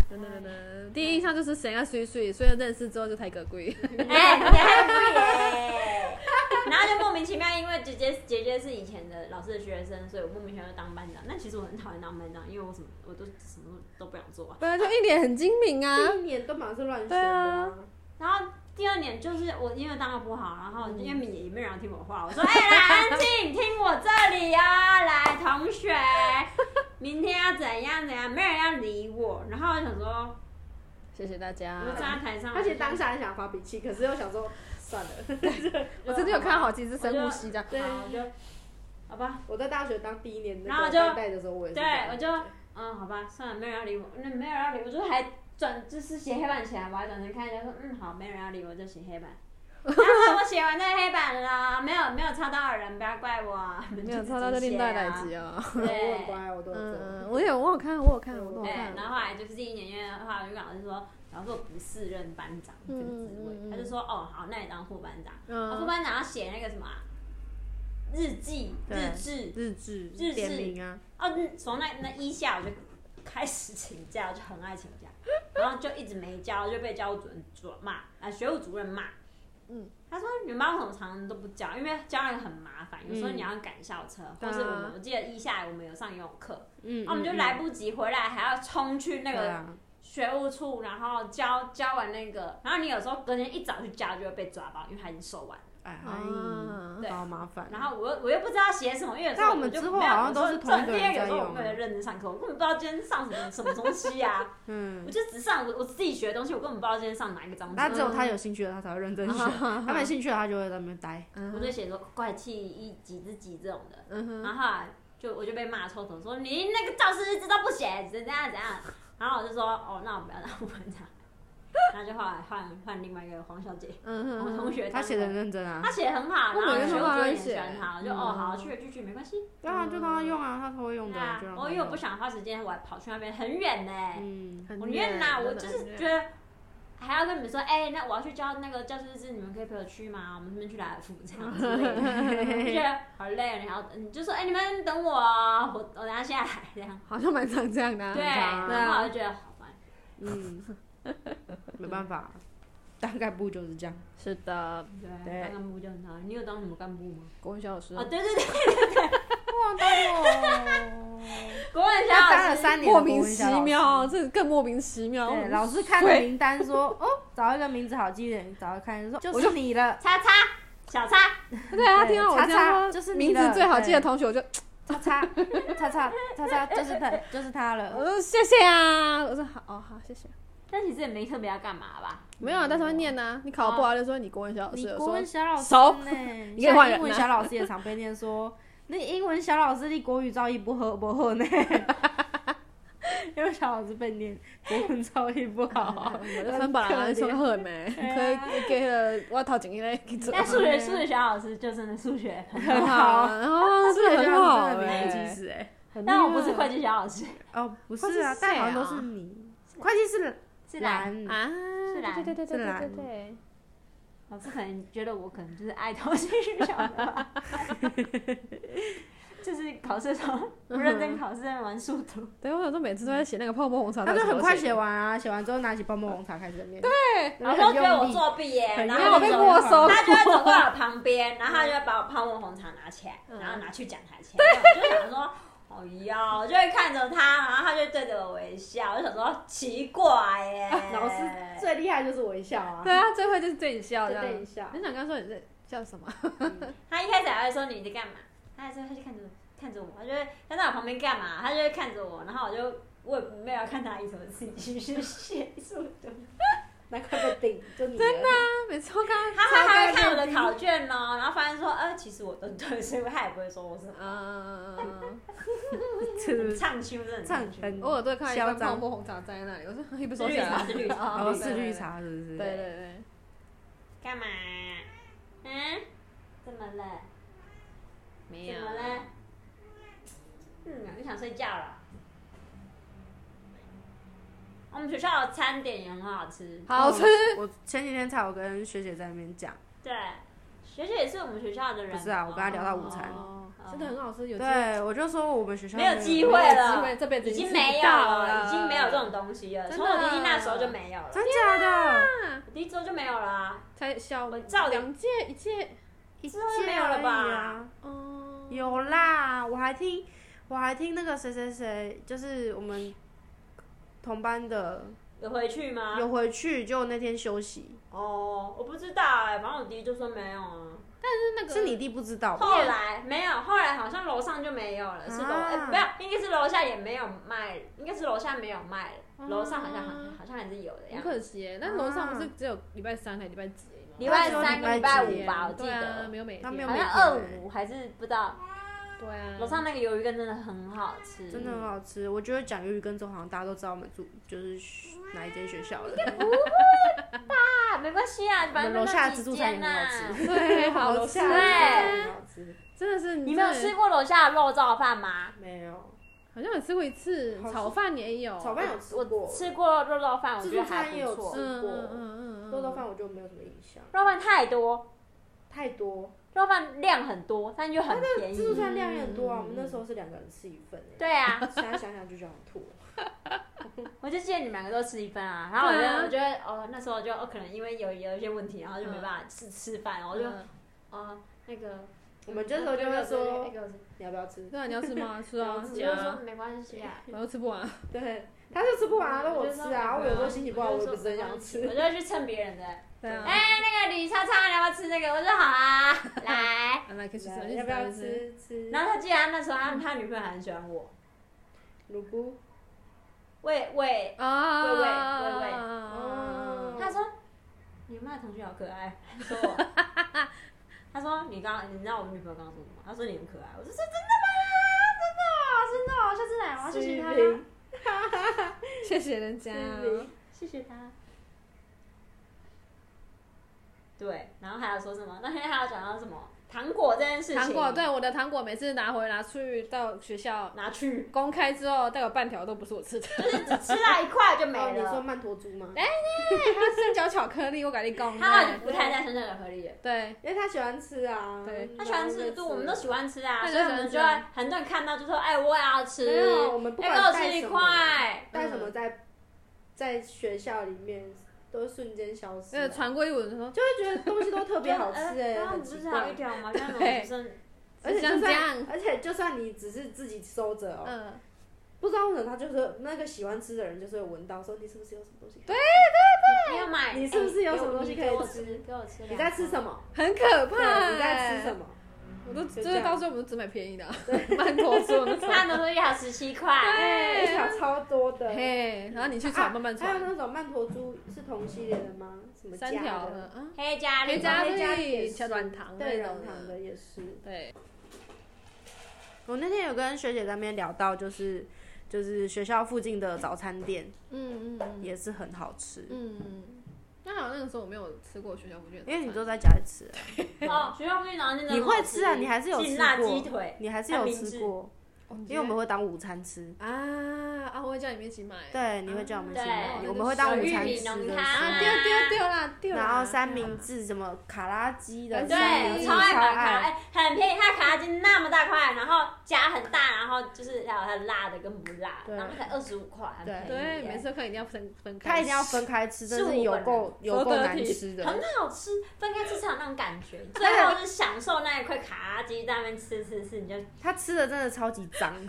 A: 等等等
C: 哎
A: 等，第一印象就是谁啊水水，所以认识之后就太可 贵。
C: 家 哎，你还不耶？ 然后就莫名其妙，因为姐姐姐姐是以前的老师的学生，所以我莫名其妙就当班长。但其实我很讨厌当班长，因为我什么我都什么都不想做啊。
A: 本来就一脸很精明啊，
B: 第一年都满是乱选的啊、
C: 然后第二点就是我因为当的不好，然后
A: 嗯
C: 因为也也没有人听我话，我说：“哎、来安静，听我这里啊，来同学，明天要怎样怎样，没人要理我。”然后我想说，
A: 谢谢大家
C: 我就。站在台上，
B: 他其实当下很想发脾气，可是又想说算了。
A: 我曾经有看到好几次深呼吸这样，
C: 对，我就好吧，
B: 我在大学当第一年
C: 然后
B: 那
C: 就
B: 个班带的时候，我也是
C: 对
B: 这样。
C: 我就嗯好吧，算了，没人要理我，那没人要理我，就还转就是写黑板起来，我还转身看一下说嗯好，没人要理我就写黑 板。然后我写完这黑板了，没有没有抄到的人不要怪我，
A: 没有抄到就另带来集啊。
B: 我很
C: 啊对，
B: 乖，我都有这样。
A: 嗯，我有我有看，我有看，我有
C: 对，
A: 看。
C: 哎然后后来就是第一年因为的话，我就跟老师说，老师我不适任班长这个职
A: 嗯
C: 位，
A: 嗯嗯嗯
C: 他就说哦好，那你当副班长，啊副
A: 嗯，
C: 班长要写那个什么啊、日记、
A: 对
C: 日志，
A: 日志
C: 日志
A: 点名啊，
C: 哦，嗯从那那一下我就开始请假，我就很爱请假，然后就一直没交，就被教务主任主骂，啊、学务主任骂。
A: 嗯，
C: 他说你们班为什么常常都不交？因为交那个很麻烦，有时候你
B: 嗯
C: 要赶校车，或是我
A: 对啊
C: 们我记得一下我们有上游泳课，
B: 嗯
C: 然啊后我们就来不及回来，还要冲去那
B: 对
C: 个
B: 啊，
C: 学务处，然后交交完那个，然后你有时候隔天一早去交就会被抓包，因为他已经收完了。
B: 哎，
A: 啊
C: 哦对
B: 好麻烦。
C: 然后我又我又不知道写什么，因为有时候
B: 但我们
C: 就
B: 之后
C: 没有
B: 好像都是
C: 有时候
B: 同一个人
C: 有时候
B: 在
C: 我
B: 用
C: 没有在认真上课，我根本不知道今天上什么什么东 西啊！
B: 嗯，
C: 我就只上我我自己学的东西，我根本不知道今天上哪一个章节。
B: 那只有他有兴趣的，他才会认真学； 他没兴趣的，他就会在那边待。
C: 我
A: 嗯
C: 就写说怪气一几之几这种的，
A: 嗯哼，
C: 然后后来就我就被骂臭头，说你那个教师日志都不写，怎样怎样。然后我就说哦，那我不要当班长。然后就后来换换另外一个黄小姐，
A: 嗯
C: 我
A: 哼
C: 们同学
B: 他
C: 当
B: 写的很认真啊
C: 他，写的很好，然后
A: 我每个
C: 学主
A: 都让他
C: 任也
A: 写
C: 喜欢他，我
A: 嗯
C: 就哦好，去去去没关系。
B: 对啊，就让他用啊，他都会用的
C: 对啊，
B: 就让他
C: 我因为
B: 用
C: 我不想花时间，我还跑去那边很远呢、
B: 嗯，
A: 很
C: 我愿啦，
A: 远
C: 我
A: 真的很
C: 就是
A: 远
C: 觉得还要跟你们说，哎、那我要去教那个教师日，你们可以陪我去吗？我们这边去来福这样之类的，我就觉得好累， 然后你就说，哎、你们等我哦，我我等下下来这 样。
A: 好像蛮常这样的啊。
C: 对，
B: 常啊
C: 然后我就觉得好烦。
B: 嗯，没办法，当干部就是这样。
A: 是的，
C: 对，
B: 对
C: 当干部就很好。你有当什么干部吗？
A: 国文小老师
C: 哦，对对对，
B: 哇，当哦，
C: 国文 小
B: 他
C: 老
B: 当了
C: 师
B: 三年，
A: 莫名其。妙，这更莫名其妙。
B: 对，老师看了名单说，哦，找一个名字好记一点，找一看说就是你了，
C: 叉叉小叉，
A: 对啊，
B: 对
A: 听到我
B: 叉
A: 这
B: 叉
A: 样说
B: 就是你
A: 名字
B: 的
A: 最好记的
B: 对
A: 同学，我就
B: 叉叉叉叉叉叉，就是他，就是他
A: 我
B: 了。
A: 说呃谢谢啊，我说好哦好谢谢。
C: 但其实也没特别要干嘛 吧？
A: 没有啊，但是会念呐。你考得不好就说你国文小老师，
B: 你
A: 我
B: 国文
A: 说
B: 小老师
A: 熟
B: 呢？
A: 你可以换人
B: 像英文
A: 了
B: 小老师也常被念说，那英文小老师你国语造诣不好不好呢？ 因为小老师被念国文造�谚不 好，
A: 啊我就分把
B: 啊
A: 人上好没，可以哎给了我头前一类去做
C: 但数学数学小老师就真的数学很
A: 很好，然后是很好哎，
B: 其实哎，
A: 很厉害
C: 但我不是会计小老师，
B: 哦不
A: 会计
B: 是啊
A: 是，
B: 但
A: 谁
B: 好像都
A: 啊
B: 是你，会计是
C: 是懒，嗯
B: 蓝，
A: 啊，
C: 是啦
A: 对对对对
B: 是
A: 对
B: 啦
A: 对对，
C: 老师可能觉得我可能就是爱偷心学校的吧，就是考试的时候不认真考试，在那玩数独，
A: 对我有时候每次都在写那个泡沫红茶，
B: 他就很快写
A: 完。
B: 完啊，写完之后拿起泡沫红茶开始在念，
A: 对，
B: 然后
C: 老师都
B: 哎很
C: 觉得
B: 用
C: 我
B: 力，
C: 作弊耶，
B: 很嗯
C: 然
A: 因为
C: 后
A: 我
C: 就
A: 被
C: 走
B: 过
A: 没收，
C: 他就会走到我旁边，然后他就会把我泡沫红茶拿起来，
A: 嗯
C: 然后拿去讲台前，然后我就想说。哦呀，我就会看着他，然后他就对着我微笑，我就想说奇怪耶。
B: 啊老师最厉害就是微笑啊
A: 对，啊，最会就是对你笑
B: 就
A: 这样。
B: 对一下
A: 很，想跟他说你在笑什么？
C: 他一开始还会说你在干嘛，他还是他就看着看着我，他就会他在我旁边干嘛，他就会看着我，然后我就我也没有要看他意思，我自己去写书 的。
B: 那快被顶，就你
A: 真
B: 的
A: 的啊，每次我看
C: 他还还会看我的考卷哦，然后发现说，呃，其实我都对，所以他也不会说我是
A: 嗯嗯嗯嗯嗯
B: 是
C: 唱秋真的很
B: 唱
C: 秋
A: 嗯，
B: 很
A: 偶尔对看一
B: 嚣
A: 罐
B: 张
A: 泡沫红茶站在那里，我说你不
C: 是
A: 收
C: 绿
A: 起来
C: 茶
A: 啊？
C: 是绿茶，
A: 哦
B: 哦，
A: 对
B: 是
A: 对
B: 绿
A: 对
B: 茶是不是？
A: 对对对，
C: 干嘛？嗯？怎么了？
A: 没
C: 怎么了？嗯，你想睡觉了？我们学校的餐点也很好吃，
A: 好吃。
B: 我前几天才有跟学姐在那边讲，
C: 对，学姐也是我们学校的人。
B: 不是啊我跟她聊到午餐
A: 哦真的很好吃，有机会
B: 对我就说我们学校
C: 没有机
A: 会
C: 会
A: 了
C: 了，
A: 这辈子
C: 已
A: 已经
C: 经没有
A: 吃不到了
C: 了，已经没有这种东西了。
A: 真的
C: 从我弟弟那时候就没有了，
B: 啊真假的？
C: 我弟弟之后就没有了啊。
A: 才小
C: 我照理
A: 两届一届，
B: 一届
C: 后就没有了吧
B: 而已啊？
A: 哦，
B: 有啦，我还听我还听那个谁谁谁，就是我们同班的
C: 有回去吗？
B: 有回去，就那天休息，
C: 哦，我不知道哎、反正我弟弟就说没有啊。
A: 但是那个
B: 是你弟不知道吧？
C: 后来没有，后来好像楼上就没有了，是楼哎、
B: 啊
C: 不要，应该是楼下也没有卖，应该是楼下没有卖了，楼上好像好
B: 啊
C: 像好像还是有的
A: 很
C: 样子。
A: 可惜耶，那楼上不是只有礼拜三还是礼拜几吗？
C: 礼拜三跟礼拜
B: 礼
C: 五吧，我记
A: 对啊，
C: 得
A: 没有每
B: 那没有
C: 好
A: 天
B: 每
C: 像
B: 天
C: 二五还是不知道。
A: 对啊，
C: 楼上那个鱿鱼羹真的很好吃，
B: 真的很好吃，我觉得讲粤语跟粥好像大家都知道我们住就是哪一间学校了。
C: 啊，没关系啊，反正
B: 楼下
C: 就那
B: 自
C: 几
B: 助餐也
C: 间啊
B: 很好
C: 呐。
B: 吃，
A: 对好
B: 楼
A: 吃
B: 下
C: 对
B: 很好吃，
A: 真的是
C: 你没有
A: 真的
C: 吃过楼下的肉燥饭吗？
B: 没有
A: 好像有吃过一次，
B: 好吃
A: 炒饭也有，
B: 炒饭有吃过，
C: 吃过肉燥饭，我
B: 自
C: 觉得
B: 助
C: 还
B: 餐也
C: 不
B: 有
C: 错。
B: 吃
C: 肉
A: 嗯
B: 过
A: 嗯嗯嗯，
B: 豆豆饭我就没有什么印象，
C: 燥饭太多，
B: 太多。
C: 肉饭量很多，但又很便
B: 自助
C: 宜。
B: 餐量也很多啊，我们那时候是两个人吃一份欸
C: 对啊，
B: 现在想想就觉得很吐。
C: 我就记得你们两个都吃一份啊，然后我觉
A: 对
C: 得、
A: 啊
C: 我觉得哦，那时候就哦，可能因为有有一些问题，然后就没办法吃吃饭，然后就、
A: 嗯
C: 哦那个，
B: 我们这时候就会说
C: 那个，
B: 你要不要吃？
A: 对啊，你要吃吗？吃
C: 然后
A: 啊，
C: 我
A: 吃
C: 就说
A: 啊，
C: 没关系啊，
A: 我都吃不完啊，
B: 对，他就吃不完啊，让我吃啊。
C: 就说
B: 我有时候心情不好，我也不是
C: 就
B: 很
C: 说
B: 想吃啊
C: 我。就会去蹭别人的。
A: 对
C: 哎、
A: 啊，
C: 那个李叉叉，你要不要吃那个？我说好啊，来。
A: 啊来可以去吃，
B: 来
A: 去
B: 要不要
A: 去吃？
B: 吃吃
C: 然后他记得他嗯那时候他他女朋友还很喜欢我，
B: 乳菇？
C: 喂喂，
A: 啊，
C: 喂喂喂喂
A: 啊
C: 他说你们那同学好可爱，他说我， 他说你刚刚你知道我女朋友刚刚说什么吗？他说你很可爱，我就说真的吗？真的哦真的哦，下次啊来我要谢谢他
B: 吃
C: 嗯
B: 冰哦
C: 啦，
A: 谢谢人家，
B: 吃冰
C: 谢谢他。对，然后还有说什么？那天还有讲到什么糖果这件事情，
A: 糖果，对我的糖果每次拿回拿去到学校
C: 拿去，
A: 公开之后，大概有半条都不是我吃的，
C: 就是只吃到一块就没
B: 哦，你说
C: 了。
B: 曼陀珠吗？
C: 哎
A: 他三角巧克力，我跟你讲，
C: 他那就不太在生巧克力了。
A: 对，
B: 因为他喜欢吃啊，
A: 对
C: 他喜欢吃，对，我们都喜欢吃啊，
A: 他
C: 所
A: 就
C: 以我们
A: 喜欢
C: 就
A: 吃
C: 会
A: 啊
C: 很多人看到就说：“哎，我也要吃，
B: 没有我们不
C: 要
B: 管
C: 给我
B: 带
C: 吃一
B: 什么
C: 块。嗯
B: 带什么在在学校里面都瞬间消失
A: 那
B: 啊，
A: 个传过一闻说，
B: 就会觉得东西都特
C: 就”
B: 别好吃哎、
C: 刚
B: 很
C: 刚啊不
B: 奇
C: 是还有
B: 怪
C: 一。条 吗？现在怎么
A: 对
C: 只剩
B: 而且就
A: 哎像这
B: 算
A: 样，
B: 而且就算你只是自己收着哦，
A: 嗯，
B: 不知道为什么他就是那个喜欢吃的人，就是会闻到说你是不是有什么东西？对，
C: 你有买？
B: 你是不是有
C: 哎
B: 什么东西
C: 给
B: 可以
C: 我
B: 吃
C: 给我给我吃。
B: 你在吃？什么？
A: 很可
B: 对，
D: 啊
A: 怕，
B: 你在吃什？么？
A: 我都就
B: 就这
A: 是
B: 样
A: 到时候我们都只买便宜的啊， 曼陀珠那 种，
C: 他的说要十七块，
B: 一条超多的。
A: 嘿，然后你去传，慢慢
B: 还有
A: 传，
B: 那种曼陀珠是同系列的吗？什么
A: 三
B: 加
A: 条
B: 的
A: 的，？啊，
C: 黑加
A: 黑
C: 力
A: 加
B: 黑加力也
A: 力
B: 是
A: 加软糖
B: 对，
A: 那
B: 软
A: 种
B: 糖
A: 的，
B: 的也是。
A: 对，
B: 我那天有跟学姐在那边聊到，就是就是学校附近的早餐店
A: 嗯嗯嗯
B: 也是很好吃，
A: 嗯，那好像那个时候我没有吃过学校附近的早餐，
B: 因为你都在家里吃啊、
C: 哦，学校附近早餐店真的
B: 你
C: 很好
B: 会吃啊，你还是有吃
C: 劲辣鸡
B: 过，
C: 腿，
B: 你还是有吃过，
C: 哦
B: 因为我们会当午餐吃，
A: 啊啊，我会叫你们一起买，
B: 对，你会叫我们一起买，
A: 对
B: 我们会当午餐
C: 啊玉米
B: 吃
C: 浓
B: 的
C: 汤
A: 啊，
B: 时
A: 丢
B: 候。
A: 丢丢啦，丢啊啦，
B: 然后三明治什么卡拉鸡的，
A: 对
B: 三明
C: 对，
B: 治
C: 超爱买卡拉，
B: 爱，
C: 哎、很便宜，它卡拉金那么大块，然后夹很大，然后就是还有它辣的跟不辣，
B: 对
C: 然后才二十五块，很
B: 对
C: 便宜
A: 对，
C: 耶
A: 每次都看一定要分分开，
B: 它一定要分开吃，真
C: 是
B: 是
C: 我
B: 有
C: 本
B: 够有够
A: 说得
B: 难
A: 体
B: 吃的。
C: 很好吃，分开吃才有那种感 觉。最后是享受那一块卡拉鸡在那边吃吃吃，你就
B: 他吃的真的超级脏， 一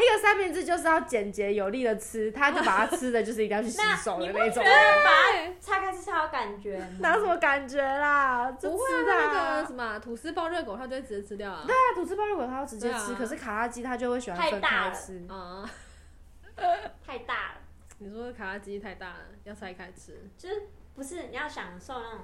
B: 个三明治就是要简洁有力的吃，他就把它吃的就是一定要去洗手的那种，
C: 把它拆开吃才有感觉。
B: 哪有什么感觉啦？就
A: 不会
B: 吃
A: 啊，那个
B: 它
A: 什。么吐司包热狗，他就会直接吃掉啊。
B: 对啊，吐司包如果他要直接吃，
A: 对啊
B: 可是卡拉鸡他就会喜欢分开吃。
A: 啊，
C: 太大了，
A: 你说卡拉鸡太大了，要拆开吃。
C: 就是不是你要享受那种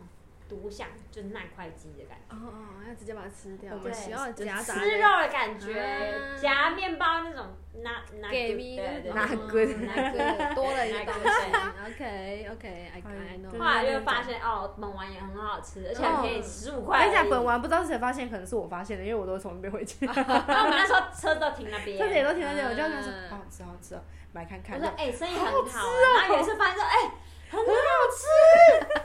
C: 独享，就是那块鸡的感觉。
B: 哦哦，要直接把它吃掉。
A: 我们
C: 对
A: 喜欢夹
B: 哦
A: 杂
C: 吃肉的感觉
A: 啊，
C: 夹面包那种，拿拿
A: 给咪
C: 米对对
B: 拿
C: 对
B: 棍
A: 拿棍多了一个
C: 拿
A: 东
C: 棍
A: 西。OK OK，I
B: 哎
A: I
B: 对
A: know。
C: 后来就发现哦，本丸也很好吃，而且很便宜，
B: 哦
C: 十五
B: 我
C: 块而
B: 跟
C: 已。
B: 你讲，本丸不知道是谁发现，可能是我发现的，因为我都从那 边回
A: 啊
B: 去，特
C: 那我们那时候车都停那边，
B: 别也都停在那里，我就跟他说，
A: 嗯
B: 好好吃，好好吃哦，买看
C: 我
B: 看。
C: 说
B: 就
C: 哎、生意很好，
B: 哦
C: 然后有一次发现说哎、很好吃，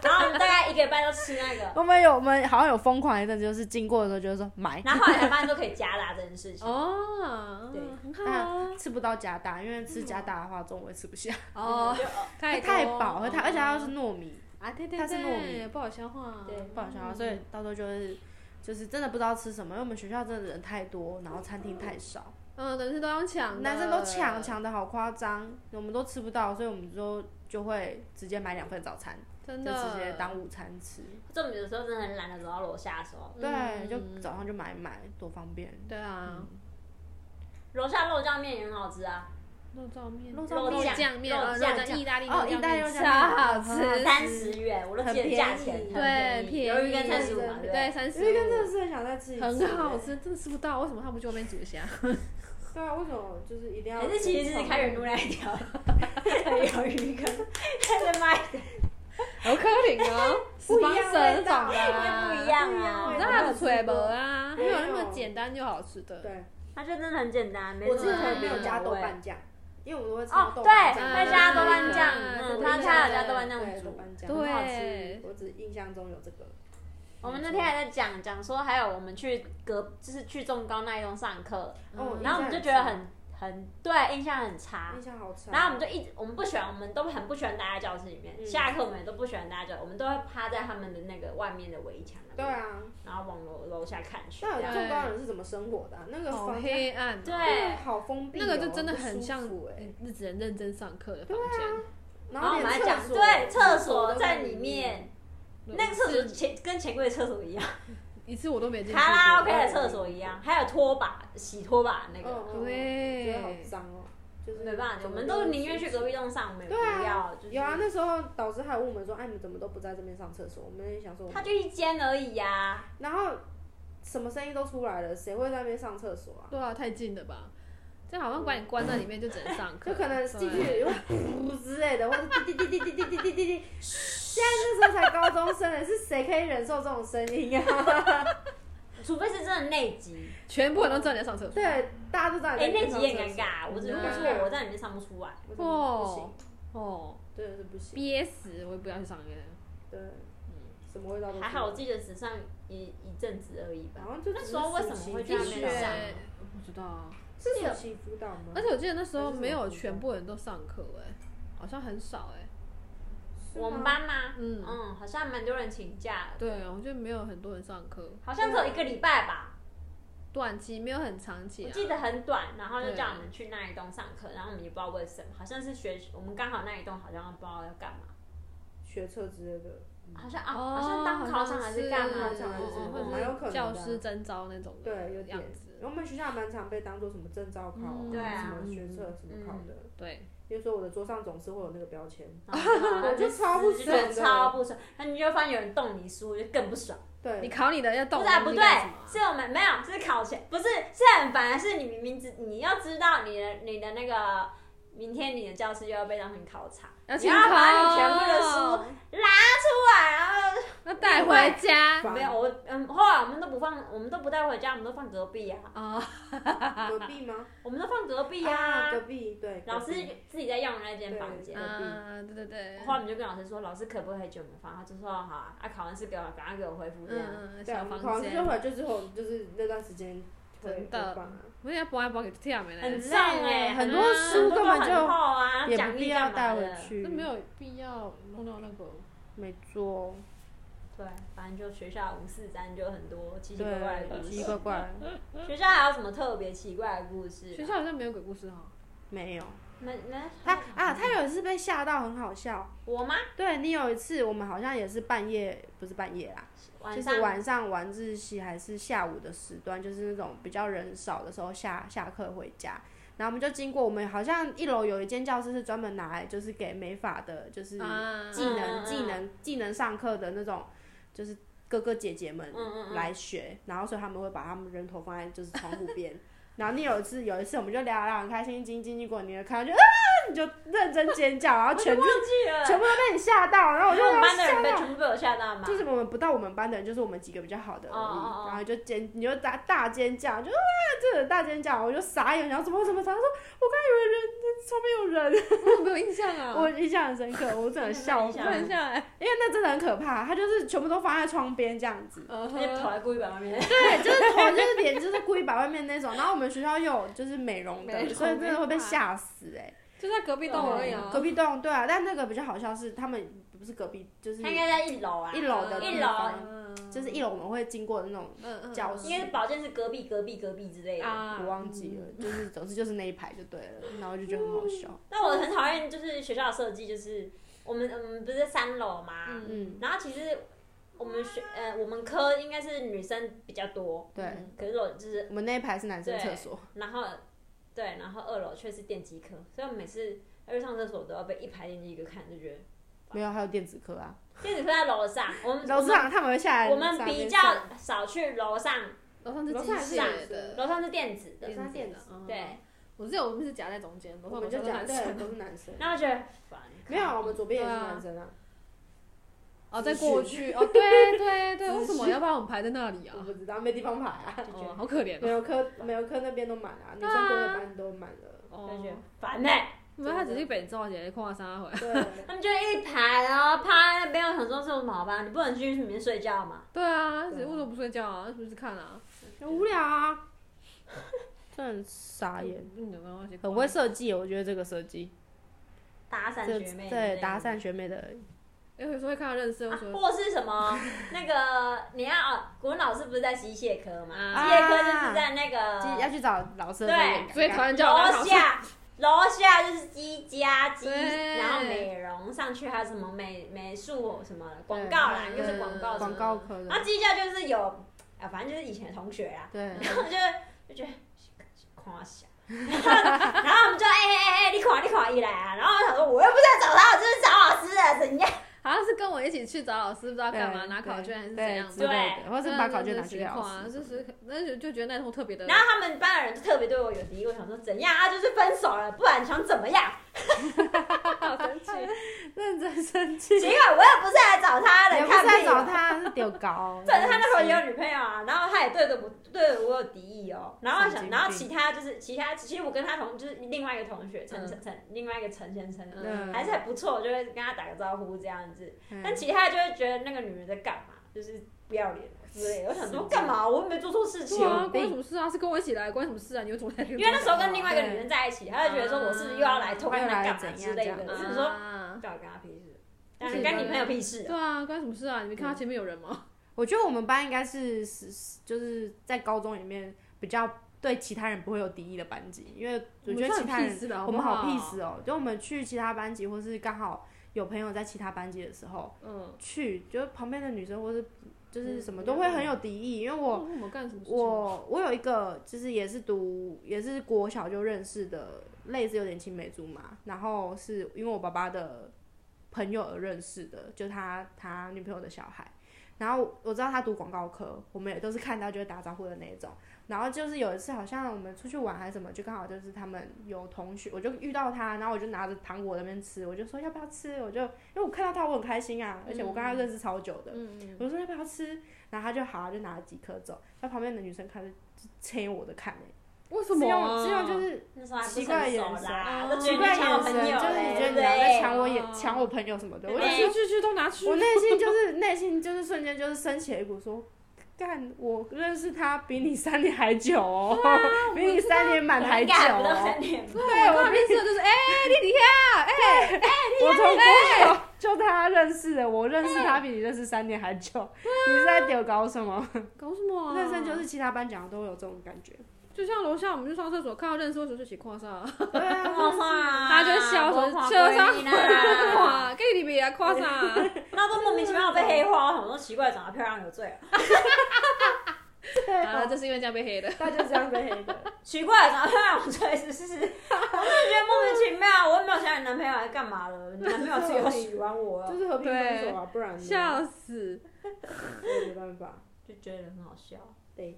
C: 然后我们大概一个礼拜都吃那个，
B: 我们有我们好像有疯狂一阵，子，就是经过的时候就是说买，
C: 然后后来才发现都可以加辣这件事情。
A: 哦，
C: 对
A: 很好啊。
B: 那吃不到加大，因为吃加大的话中午也吃不下，哎
A: 哦
C: 就，
A: 太多
B: 太饱了，它而且它又是
A: 哦
B: 糯米，
A: 啊，对对
B: 它是糯
A: 对，
B: 米
A: 不好消化。啊
C: 对
B: 不好消化，所以到时候就是就是真的不知道吃什么，因为我们学校真的人太多，然后餐厅太少，
A: 嗯，男生都要抢的，
B: 男生都抢抢的好夸张，我们都吃不到，所以我们就就会直接买两份早餐，
A: 真
B: 就
A: 的
B: 直接当午餐吃。
C: 这种有时候真的很懒得走到楼下的时候，
B: 对，
A: 嗯
B: 就早上就买买，多方便。
A: 对
B: 嗯
A: 啊，
C: 楼下肉酱面也很好吃啊，
A: 肉燥面、
B: 肉
C: 肉
A: 肉
C: 酱
A: 酱面、
C: 肉
A: 哦肉
C: 酱
A: 酱意大利
B: 哦
A: 肉
B: 意大利
A: 面
B: 肉
A: 超
B: 酱面
A: 好
B: 很好
A: 吃，
B: 吃
C: 三十元，我都记
B: 很便
C: 得
B: 宜
C: 价钱很
A: 对，
C: 便宜，
A: 便宜
C: 鱿鱼跟三十五嘛，对不
A: 对，
C: 对？
A: 三十
B: 因为跟真的
A: 五，
B: 是很想再吃一次，
A: 很好。吃，真的吃不到，为什么他不去外面煮一下？
B: 对啊，为什么就是一定要？
C: 还是其实是开远路那一条，鱿鱼跟在卖的
A: 有可能哦，
B: 不
A: 十
B: 一
A: 八省那种的
B: 样
C: 就
A: 啊，
C: 不一样啊
B: 不一样味道。
A: 那很吹薄啊，没
B: 没有
A: 有那么简单就好吃的。
B: 对，
C: 它就真的很简单，没
B: 我之
A: 记得
B: 前没
A: 没
B: 有
A: 有
B: 加
A: 加
B: 豆
C: 瓣。
B: 瓣酱，因为我们都会吃
C: 哦，
B: 豆
C: 对，
B: 瓣酱。
C: 会
A: 会
C: 加
A: 加
C: 豆
A: 豆
C: 瓣
A: 瓣
C: 酱
A: 酱，
C: 嗯，
A: 嗯
C: 它
A: 它它
C: 它有
A: 有
C: 加
A: 加
C: 豆
A: 豆
C: 瓣
A: 瓣
C: 酱
B: 对，豆
C: 煮。
B: 瓣酱
A: 对
B: 很好吃。我只印象中有这个。
C: 我们那天还在讲讲说，还有我们去隔就是去中高那一栋上课，
A: 嗯
B: 哦，
C: 然后我们就觉得很很对，印象很差。
B: 印象好吃。
C: 然后我们就一直我们不喜欢，我们都很不喜欢待在教室里
B: 嗯
C: 面。下课我们也都不喜欢待在教室，我们都会趴在他们的那个外面的围墙那
B: 对
C: 边，
B: 啊，
C: 然后往楼楼下看去。
B: 那
C: 这
B: 有
C: 样
B: 中高人是怎么生活的啊？那个
A: 好
B: 房间
A: 黑暗哦，
B: 啊
C: 对
B: 好封闭哦，
A: 那个就真的很像
B: 不舒服哎。
A: 你只能认真上课的房间。
B: 然
C: 然后我们还
B: 连
C: 讲
B: 厕所
C: 对厕
B: 所
C: 所
B: 都
C: 在里面，，那个厕所前跟钱柜的厕 所一样，
A: 一次我都没进去过。
C: 卡拉 OK 的厕所一样，还有拖把洗拖把那个。
B: 嗯觉得好
A: 对，
B: 脏哦，就是
C: 没办法，我
B: 怎么
C: 们都宁愿去。隔壁栋上，我们也不
B: 对
C: 要
B: 啊
C: 就，是
B: 有啊，那时候导师还有问我们说，哎，你们怎么都不在这边上厕所？我们也想说，
C: 它就一间而已呀、
B: 然后什么声音都出来了，谁会在那边上厕所啊？
A: 对啊，太近了吧？这样好像把你关在里面就只能上课，
B: 就可能进去有噗之 类的，或者滴滴滴滴滴滴滴滴滴。现在那时候才高中生呢，是谁可以忍受这种声音 啊？
C: 除非是真的内急，
A: 全部人都知道你在上厕 所。
B: 对，大家都知道
C: 哎、
B: 你在
C: 内
B: 边
C: 急
B: 上
C: 也
B: 厕
C: 很尴
B: 所
C: 尬，我只
A: 嗯
C: 能说我在里面上不出来。
B: 我真的不行
A: 哦，哦，
B: 真的是不行，
A: 憋死，我也不要去上学。
B: 对，什么味道都出来
C: 嗯还好我记得只上一一阵子而已吧
B: 好。像就
C: 那时候为什么会这
B: 这
C: 样
B: 样
C: 被
A: 学
C: 上
A: 不知道啊。
B: 是暑期辅导吗？
A: 欸而且我记得那时候没有全部人都上课哎、好像很少哎、
B: 是吗
C: 我们班吗？
A: 嗯
C: 嗯，好像蛮多人请假的，
A: 对，啊我觉得没有很多人上课，
C: 好像只有一个礼拜吧。
A: 短期没有很长期、
C: 我
A: 啊。
C: 记得很短，然后就
A: 对
C: 叫我们去那一栋上课，然后我们也不知道为什么，好像是学我们刚好那一栋好像不知道要干嘛，
B: 学测之类的，
C: 好像啊、
A: 哦，
C: 好像当考场还
A: 是
C: 干嘛
B: 好
C: 的，
B: 像是
A: 嗯嗯
B: 嗯
A: 或
B: 蛮有
A: 者
B: 可能的啊
A: 是教师征招那种的
B: 对，有
A: 样
B: 点
A: 子。。
B: 我们学校蛮常被当做什么证照考啊、
A: 嗯
C: 对啊
B: 什么学测什么考的。
A: 对，
B: 比如说我的桌上总是会有那个标签，
C: 我
B: 就超不
C: 就
B: 爽
C: 觉得
B: 的
C: 超不爽。那你就发现有人动你书，我就更不爽。
B: 对，
A: 你考你的要动
C: 不
A: 我
C: 是、啊、
A: 们
C: 不
A: 就
C: 对
A: 干什么，啊
C: 是我们没有，是考前不是是很烦的是你明明知你要知道你的你的那个明天你的教室又要被当成考场，
A: 要
C: 你
A: 清
C: 要
A: 考，
C: 把你全部的书出来，然
B: 啊
C: 后
A: 要带回家。
B: 烦
C: 没有，我嗯，后来我们都不放，我们都不带回家，我们都放隔壁啊，
A: 哦，
B: 隔壁 吗？
C: 我们都放隔壁
B: 啊
C: 啊。
B: 隔壁对，
C: 老师
B: 隔壁
C: 自己在用那间房间
B: 隔，壁
A: 啊，对对
B: 嗯
A: 对，
C: 后来我们就跟老师说，老师可不可以借我们房？他就说好啊，啊考完试给我，赶快给我恢复这样。
A: 嗯，
B: 对，
A: 小
B: 我们考
A: 房
B: 完试就
A: 间
B: 回，来就之后就是那段时间会
A: 真的
B: 会放啊
A: 我现在包来包给跳没来
C: 很，重哎、
B: 很
A: 多书
B: 根本
C: 很
B: 就
C: 厚啊，
B: 也
C: 奖
B: 不
C: 励
B: 必要
C: 干嘛
B: 带
C: 的
B: 回去，
A: 那没有必要弄到那个。
B: 没做，
C: 对，反正就学校五四三就很多奇奇怪怪的
B: 对，
C: 故
B: 奇奇怪
C: 事。
B: 怪，
C: 学校还有什么特别奇怪的故事？啊
A: 学校好像没有鬼故事哈。
B: 没有。
C: 没没
B: 他啊，他有一次被吓到，很好笑。
C: 我吗？
B: 对你有一次，我们好像也是半夜，不是半夜啦，
C: 晚
B: 就
C: 上
B: 是晚上晚自习还是下午的时段，就是那种比较人少的时候下下课回家，然后我们就经过我们好像一楼有一间教室是专门拿来就是给美法的，就是
A: 啊
B: 技能、
C: 嗯嗯嗯
B: 技能技能上课的那种
D: 就是哥哥姐姐们
C: 嗯嗯嗯
D: 来学，然后所以他们会把他们人头放在就是窗户边。然后你有一次有一次我们就聊聊很开心，经经历过你的看到就啊，你就认真尖叫，然后全部
C: 忘记了，
D: 全部都被你吓到，然后我就
C: 我们班的
D: 吓
C: 人被
D: 到。
C: 全部被我吓到嘛，
D: 就是我们不到我们班的人，就是我们几个比较好的而已，
C: 哦哦哦
D: 然后就尖，你就大大尖叫，就啊，这个大尖叫，我就傻眼，然后怎么怎么，他说我刚以为人上面有人，
A: 我没有印象啊，
D: 我印象很深刻，我真的笑
A: 不
D: 死，
C: 真
A: 能
C: 的很
D: 因为
A: 下来，
D: 那真的很可怕，他就是全部都放在窗边这样子，
A: 嗯
C: 而且跑
A: 哼
C: 来故意把外面，
D: 对，就是头就是脸就是故意把外面那种，然后我们学校又有就是美容
A: 美
D: 的，
A: 容
D: 所以真的会被
A: 美发
D: 吓死哎、
A: 就在隔壁栋而已啊
D: 隔。壁栋对啊，但那个比较好笑是他们不是隔壁，就是
C: 他应该在一楼啊，
D: 一楼的
C: 一
D: 地
C: 楼，
D: 方，
A: 嗯
D: 就是一楼我们会经过的那种。
A: 嗯嗯
D: 教
A: 嗯
D: 室
C: 应该是保健是隔壁隔壁隔壁之类的。
A: 啊，
D: 我忘记了，就是总之就是那一排就对了，然后就觉得很好笑。
C: 但我很讨厌就是学校的设计，就是我们我们不是在三楼嘛，
A: 嗯
D: 嗯，
C: 然后其实我们学呃我们科应该是女生比较多，
D: 对，
A: 嗯
C: 可是我就是
D: 我们那一排是男生厕所，
C: 然后对，然后二楼却是电机科，所以我每次要去上厕所都要被一排电机科看，就觉
D: 没有还有电子科啊，
C: 得电子科在楼 上，我们
D: 楼
B: 啊
D: 上他们会下来
C: 嗯我
D: 上面
C: 们比
D: 上，
C: 较少去楼上，
A: 楼上是
D: 楼
A: 机
D: 上还是有
A: 械
D: 的
A: 的，
C: 楼上是电子的
D: 楼，上电
A: 子
D: 子，
A: 嗯
C: 对，
A: 我记得我们是夹在中间，
D: 我们就讲对都是男生，
C: 然后觉得烦，
D: 没有，我们左边也是
A: 对啊
D: 男生啊，
A: 哦，再过去哦，对对对，为什么？要不然我们排在那里
D: 我
A: 啊？
D: 不知道没地方排啊，
C: 就觉
A: 哦，
C: 得
A: 好可怜
D: 没
A: 哦。
D: 有科没有科那边都满了啊，女生科的班都满了，
C: 就觉得
A: 哦，
C: 烦呢、
A: 没有，他只是北中姐姐跨三回。
D: 对，
C: 他们就一排，然后趴在那边，我想说这有什么好吧？你不能去里面睡觉嘛？
A: 对啊，
D: 对啊
A: 为什么不睡觉啊？是不是看啊？
D: 很无聊 啊，真的很傻眼，
A: 嗯，有没有关系？
D: 很会设计，我觉得这个设计，
C: 搭讪
D: 这
C: 学妹之类
D: 对
C: 的
D: 搭讪学妹的
A: 哎，有时候会看到认识，我
C: 啊
A: 说
C: 或是什么那个你要啊，古文老师不是在机械科嘛？
A: 啊
C: 机械科就是在那
D: 其实
C: 个
D: 要去找老师的时候
C: 呃对
D: 有
A: 最
D: 点尴尬，
A: 讨厌叫我来考
C: 楼
A: 试。
C: 下，楼下就是机家机，
A: 对
C: 然后美容上去还有什么美美术什么广告啦，
A: 对
C: 又是广告什么
D: 广
C: 的
D: 告。科
C: 然后
D: 的，
C: 机家就是有啊，反正就是以前的同学啊，
D: 对，
C: 然后就就觉得夸小，然后我们就哎哎哎，你垮你垮一来啊！然后我想说，我又不是在找他，我就是找老师的，怎样？
A: 好像是跟我一起去找老师，不知道干嘛，
D: 对
A: 拿考卷还是怎
D: 对
A: 样
D: 之
A: 吧。
D: 类的，或是把
A: 对
D: 考卷
A: 对
D: 拿去
A: 对
D: 给
C: 啊
D: 老
A: 对
D: 师，
A: 就是那就就觉得那头特别的
C: 然。后他们班的人就特别对我有敌意，我想说怎样啊？就是分手了，不然你想怎么样？
A: 好生气，
D: 认真生气，
C: 结果我又不是来找他的，
D: 也
C: 你
D: 不是
C: 看
D: 来
C: 屁
D: 找
C: 哦。
D: 他，是 丢高，
C: 反正他那时候也有女朋友啊，然后他也对着我对我有敌意哦。然后我
D: 神
C: 想，
D: 经
C: 然后
D: 病
C: 其他就是其他，其实我跟他同就是另外一个同学陈
A: 嗯
C: 陈陈，另外一个陈先生，
A: 嗯
C: 还是还不错，我就会跟他打个招呼这样子。
D: 嗯
C: 但其他就会觉得那个女人在干嘛，就是不要脸之类的。我想说干嘛？我又没做错事情
A: 对。啊，
D: 有病
A: 关你什么事啊？是跟我一起来，关你什么事啊？你又怎么来？因
C: 因为那时候跟另外一个女人在一起，她就觉得说我是不是又要来偷看她干嘛之类的。
D: 又
C: 我
D: 来嗯
C: 是说，
A: 啊，
C: 干我跟她屁事？
A: 就
C: 但
A: 是
C: 是跟你朋友屁事
A: 对
C: 啊。
A: 啊，关你什么事啊？你没看到前面有人吗？
D: 我觉得我们班应该是是是就是在高中里面比较对其他人不会有敌意的班级，因为我觉得其他人
A: 人
D: 我们好 peace
A: peace
D: 哦，就我们去其他班级或是刚好有朋友在其他班级的时候，
A: 嗯，
D: 去就是旁边的女生或是就是
A: 嗯
D: 什么
A: 没
D: 都
A: 有
D: 会
A: 办
D: 很
A: 法
D: 有敌意，因为我
A: 我我干什么事情？
D: 我我有一个，就是也是读也是国小就认识的，类似有点青梅竹马，然后是因为我爸爸的朋友而认识的，就他他女朋友的小孩。然后我知道他读广告科，我们也都是看到就会打招呼的那一种。然后就是有一次，好像我们出去玩还是什么，就刚好就是他们有同学，我就遇到他，然后我就拿着糖果在那边吃，我就说要不要吃，我就因为我看到他我很开心啊，而且我跟他认识超久的，
A: 嗯，嗯，
D: 我就说要不要吃，然后他就好啊，就拿了几颗走。那旁边的女生看着就切我的看哎、
A: 为什
D: 欸，是
A: 么
D: 用
A: 啊？
D: 是用就是
C: 那时候还不
D: 奇怪的
C: 成熟
D: 眼神
C: 啦，
A: 哦
C: 都觉
D: 奇
C: 得
D: 怪
C: 你
D: 眼
C: 抢我
D: 神，
C: 朋友
D: 就是你觉
C: 嘞，对
D: 得你
C: 不
D: 要在
C: 对？
D: 抢我眼
A: 哦
D: 抢我朋友什么的，我
C: 对
D: 就
A: 来
D: 是
A: 去去去都拿去
D: 我。内心就是内心就是瞬间就是升起了一股说。干，我认识他比你三年还久哦， 比你三年满还
C: 很
D: 久
C: 感不到
D: 哦
C: 三。点半。
A: 对，
D: 我
A: 我刚认识的就是哎，丽丽啊，哎，
D: 我从国小就他认识的，我认识他比你认识三年还久。你是在丢搞什么？
A: 搞什么啊？
D: 认真就是其他班讲的都会有这种感觉。
A: 就像楼下我们去上厕所，看到认识的时候就一起跨上，
D: 对啊，
A: 大
C: 他
A: 家就笑说
C: 车
A: 车 上跨，给你别啊跨上。
C: 那都莫名其妙被黑化，我想说奇怪，长得漂亮有罪啊。
A: 然后就是因为这样被黑的。
B: 他就这样被黑的。
C: 奇怪，然后让我再一次试试，我真的觉得莫名其妙，我又没有想你男朋友来干嘛了，你男朋友只有喜欢我 啊，
B: 就是和平分手啊，不
D: 嗯
B: 然呢
A: 笑死！
B: 我没办法。
C: 就觉得很好笑。
B: 对，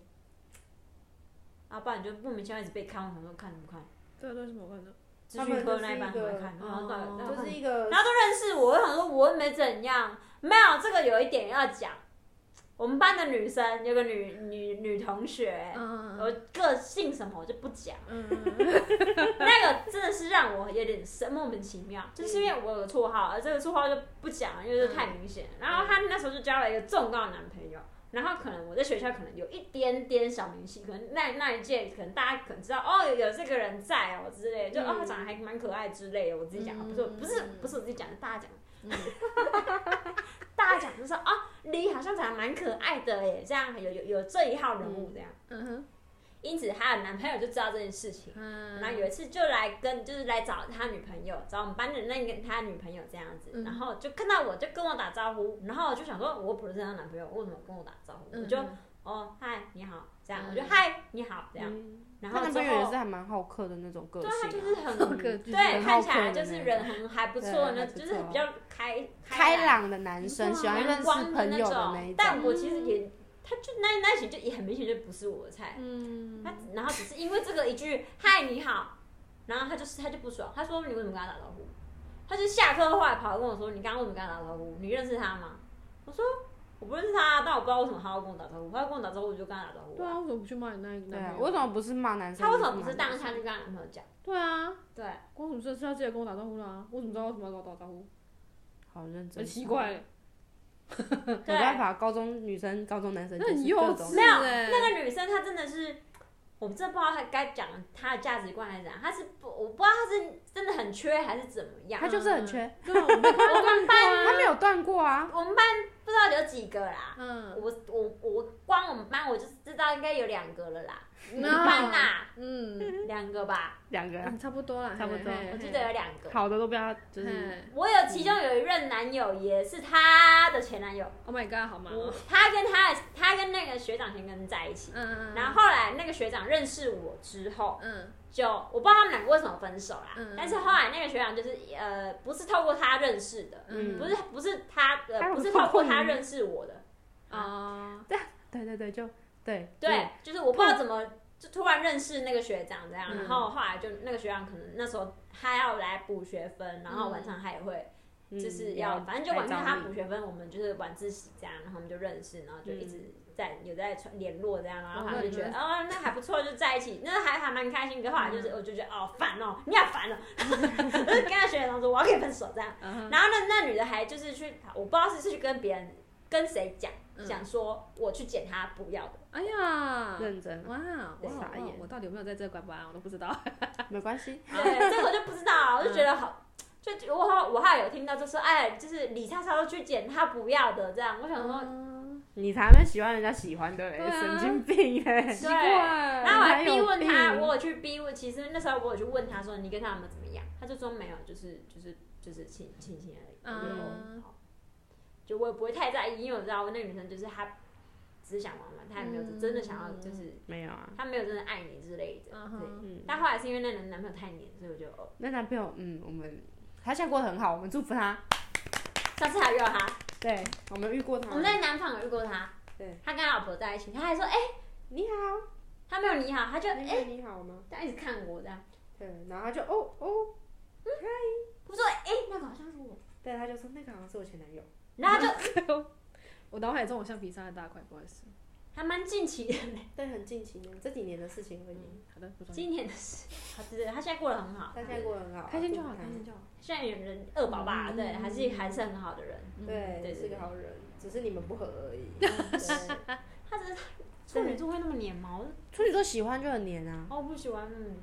C: 啊，不然你就莫名其妙一直被看，我想说看什么看，
A: 啊这都是什么观众？
C: 资讯科那一版很会看，然后到
A: 哦
C: 然后
B: 就是一个
C: 然后都认识我，我想说我又没怎样，没有这个有一点要讲，我们班的女生有个女女女同学，
A: 嗯
C: 我个性什么我就不讲。
A: 嗯，
C: 那个真的是让我有点生莫名其妙，就是因为我有个绰号，而这个绰号就不讲了，因为这太明显了。
A: 嗯
C: 然后她那时候就交了一个重高的男朋友，然后可能我在学校可能有一点点小名气，可能那那一届可能大家可能知道哦有这个人在哦之类的，就、哦他长得还蛮可爱之类的，我自己讲，
A: 嗯嗯
C: 不是我不是不是我自己讲，是大家讲。 大家讲就说啊、你好像长得蛮可爱的耶，这样有有有这一号人物这样，
A: 嗯
C: 因此她的男朋友就知道这件事情。
A: 哼，
C: 然后有一次就 来跟，就是来找他女朋友，找我们班的那个他女朋友这样子，
A: 嗯
C: 然后就看到我就跟我打招呼，然后我就想说，我不是她男朋友，为什么跟我打招呼？
A: 嗯
C: 我就哦嗨你好这样，
A: 嗯
C: 我就嗨你好这样，
B: 嗯
C: 然后
B: 她男
C: 之
B: 朋友也是
C: 后。
B: 还蛮好客的那种个
C: 对
B: 性、
C: 啊，他
B: 啊，
C: 就是很
A: 好客
C: 对，
B: 很好
C: 看 起来
B: 客的
C: 就是
B: 那
C: 人很还不错，
B: 对还
C: 那
B: 不
C: 就是
B: 错
C: 比较开
B: 开
C: 朗、嗯
B: 朗的男生，喜欢认
C: 阳
B: 识
C: 光的
B: 朋
C: 那
B: 友的那
C: 种
B: 一。种。
C: 但我其实也，他就那那型就也很明显就不是我的菜，
A: 嗯
C: 他只然后只是因为这个一句“嗨，你好”，然后他就是他就不爽，他说你为什么跟他打招呼？他就下课后来跑来跟我说，你刚刚为什么跟他打招呼？你认识他吗？我说我不认识他，啊但我不知道为什么他要跟我打招呼，他要跟我打招呼我就跟他打招呼
A: 对
C: 啊、
A: 啊，为什么不去骂你那个
B: 对
A: 男
B: 啊，
A: 朋友？
B: 为什么不是骂男生？
C: 他为什么不是当
B: 下
C: 下就跟他男朋友讲？
A: 对啊，
C: 对，
A: 关我什么事？是他自己来跟我打招呼啦。我怎么知道为什么要跟我打招呼？
B: 好认真，
A: 很奇，怪，
B: 嗯没办法，高中女生、高中男生
A: 那
B: 就是
A: 很幼
B: 各种
A: 稚
C: 没有
A: 欸
C: 那个女生她真的是，我真的不知道她该讲她的价值观还是怎样，她是不我不知道她是真的很缺还是怎么样嗯
B: 他。就是很缺，
A: 对啊，我没看过
C: 们班
B: 他没有断过啊。
C: 我们班不知道有几个啦，
A: 嗯，
C: 我我我光我们班我就知道应该有两个了 啦，你们
A: 那
C: 班啦，
A: 嗯，
C: 两个吧，
B: 两个
A: 嗯差不多啦，
B: 差不多
A: 嘿嘿
C: 我记得有两个。
B: 嗯好的都不要，就是
A: 嘿
C: 我有其中有一任男友也是她的前男友，
A: ，Oh my god，好忙哦。
C: 她跟她的她跟那个学长先跟在一起，
A: 嗯嗯，
C: 然后后来那个学长认识我之后，
A: 嗯
C: 就我不知道他们两个为什么分手啦
A: 嗯，
C: 但是后来那个学长就是呃不是透过他认识的，
A: 嗯，
C: 不是不是他
B: 他
C: 呃
B: 有
C: 不是
B: 透
C: 透
B: 过
C: 过
B: 你
C: 他认识我的，
A: 啊，
B: 对对对，就对
A: 嗯
C: 对，就是我不知道怎么就突然认识那个学长这样，
A: 嗯
C: 然后后来就那个学长可能那时候他要来补学分，然后晚上他也会
B: 嗯
C: 就是要、
B: 嗯
C: 反正就晚上
B: 来
C: 他
B: 找你
C: 补学分，我们就是晚自习这样，然后我们就认识，然后就一直在、有在传联络这样，然后他就觉得
A: 嗯
C: 哦那还不错，就在一起，那还还蛮开心。可后来就是、我就觉得哦烦哦， 你也烦了，我就跟那学长说我要跟你分手这样，
A: 嗯
C: 然后那那女的还就是去我不知道是是去跟别人跟谁讲
A: 嗯
C: 讲说我去捡他不要的。
A: 哎呀，
B: 认真，
A: 哇，我
B: 傻眼
A: 我到底有没有在这关关，我都不知道。
B: 没关系，
C: 对， 这个我就不知道，我就觉得
A: 嗯
C: 好，就就我后我还有听到就说，哎，就是李莎莎都去捡她不要的这样，我想说，
A: 嗯
B: 你才没喜欢人家喜欢的嘞，
A: 对啊
B: 神经病哎，
A: 奇怪，啊
C: 然后我还逼
B: 哪有
C: 问
B: 病
C: 她，我有去逼问，其实那时候我有去问她说，你跟他们怎么样？她就说没有，就是就是就是亲亲亲而已。我就
A: 嗯
C: 哦好，就我也不会太在意，因为我知道那个女生就是她只是想玩玩，她也没有真的想要，就是
B: 没有啊，
C: 她没有真的爱你之类的。
A: 嗯嗯哼
C: 对，
B: 嗯，
C: 但后来是因为那男男朋友太黏，所以我就哦，
B: 那男朋友，嗯，我们他现在过得很好，我们祝福他，
C: 上次还遇到她。
B: 对，我们遇
D: 嗯
B: 过他，
C: 我们在南纺有遇过他，
B: 对，
C: 他跟他老婆在一起，他还说，哎、
B: 你好，
C: 他没有你好，他就
D: 嗯
B: 你
C: 哎、
B: 好，你好吗？
C: 他一直看我这样，
B: 对，然后他就哦哦，
C: 我说，哎、那个好像是我，
B: 对，他就说那个好像是我前男友，
C: 然后他就
A: 我脑海中有橡皮擦的大块，不好意思。
C: 还蛮近期的，
D: 嗯
B: 对，很近期这几年的事情而已，
A: 好的，不重要。
C: 今年的事，好，对对，他现在过得很好，
B: 他现在过得很好，啊
A: 开心就好，
B: 祝福
A: 开
B: 他
A: 心就好。
C: 现在有人二宝爸，对，还是还是很好的人，
A: 嗯
B: 对，
C: 对
B: 是
C: 对
B: 个好人，只是你们不合而 已。
C: 他只是处女座会那么黏吗？我就
B: 处女座喜欢就很黏啊，
C: 哦，我不喜欢那么黏，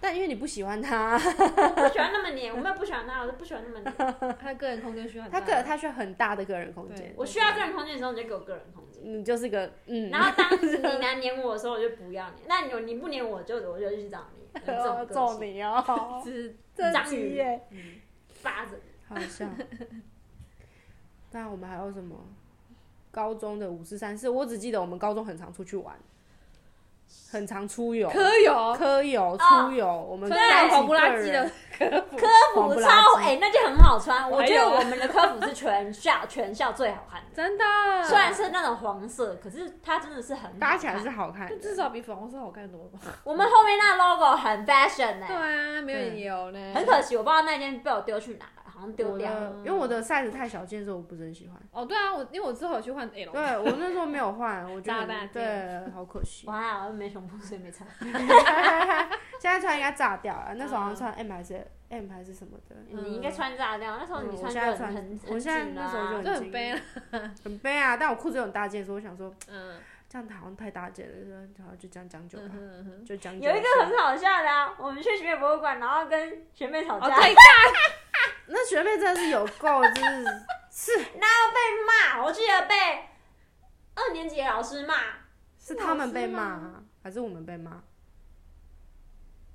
B: 但因为你不喜欢
C: 啊
B: 他，
C: 我不喜欢那么黏，我没有不喜欢他，我就不喜欢那么黏，
A: 他的个人空间需要很
B: 他
A: 大。
B: 个他需要很大的个人空间
A: 对，
C: 我需要个人空间的时候，你就给我个人空间。
B: 你就是个嗯，
C: 然后当你来黏我的时候，我就不要你。那你你不黏我就，我就去找你。这种个 性
B: 揍你 哦，
A: 是
B: 这
C: 章
B: 集
C: 鱼
B: 耶，
C: 巴着。
B: 好笑。那我们还有什么
D: 高中的五四三四，我只记得我们高中很常出去玩，很常出游，
A: 科哦游，
D: 科游、出游，我们
A: 穿
D: 带
A: 那
D: 几
A: 种黄不拉
D: 个
A: 几
D: 人
A: 的科普，
C: 科
D: 黄
C: 服
D: 不
C: 超
D: 拉几
C: 哎、那件很好穿，
D: 啊
C: 我
A: 还
C: 觉
A: 有
C: 得我们的科服是全校全校最好看的，
A: 真的，
C: 虽然是那种黄色，可是它真的是很好
D: 搭起来
C: 看
D: 是好看
A: 就
D: 的，
A: 至少比粉红色好看多吧？
C: 我们后面那 logo 很 fashion 呢、
A: 对啊，没有
D: 对
A: 理由呢，
C: 很可惜，我不知道那件被我丢去哪了，好像丢
D: 我
C: 掉
D: 的
C: 了。
D: 因为我的 size 太小件，所以我不是很喜欢。
A: 哦，对啊，我因为我之后有去换哎 L，
D: 对啊我那时候没有换，我觉
A: 炸
D: 得
A: 弹
D: 很对，好可惜。
C: 哇，我又没胸部，所以没穿。
D: 现在穿应该炸掉了，那时候好像穿 M 还是 M 还是什么的，
A: 嗯
C: 你应该穿炸掉，那时候你
D: 嗯
C: 穿
D: 我
C: 就
D: 现在
C: 很
D: 穿
C: 很
D: 我
C: 很
D: 现在
C: 紧啊
D: 那时候就
C: 啦。
A: 就很悲了，啊
D: 很悲啊。但我裤子又很大件，所以我想说
A: 嗯
D: 这样好像太大件了，然后就这样将就
A: 嗯
D: 吧，
A: 哼嗯哼，
D: 就将就。
C: 有一个很好笑的啊，我们去学妹博物馆，然后跟学妹吵
A: 哦
C: 架，
A: 对，
D: 那学妹真的是有够，就是是
C: 骂，我记得被二年级的老师骂，
D: 是他们被骂
C: 老师
D: 啊还是我们被骂？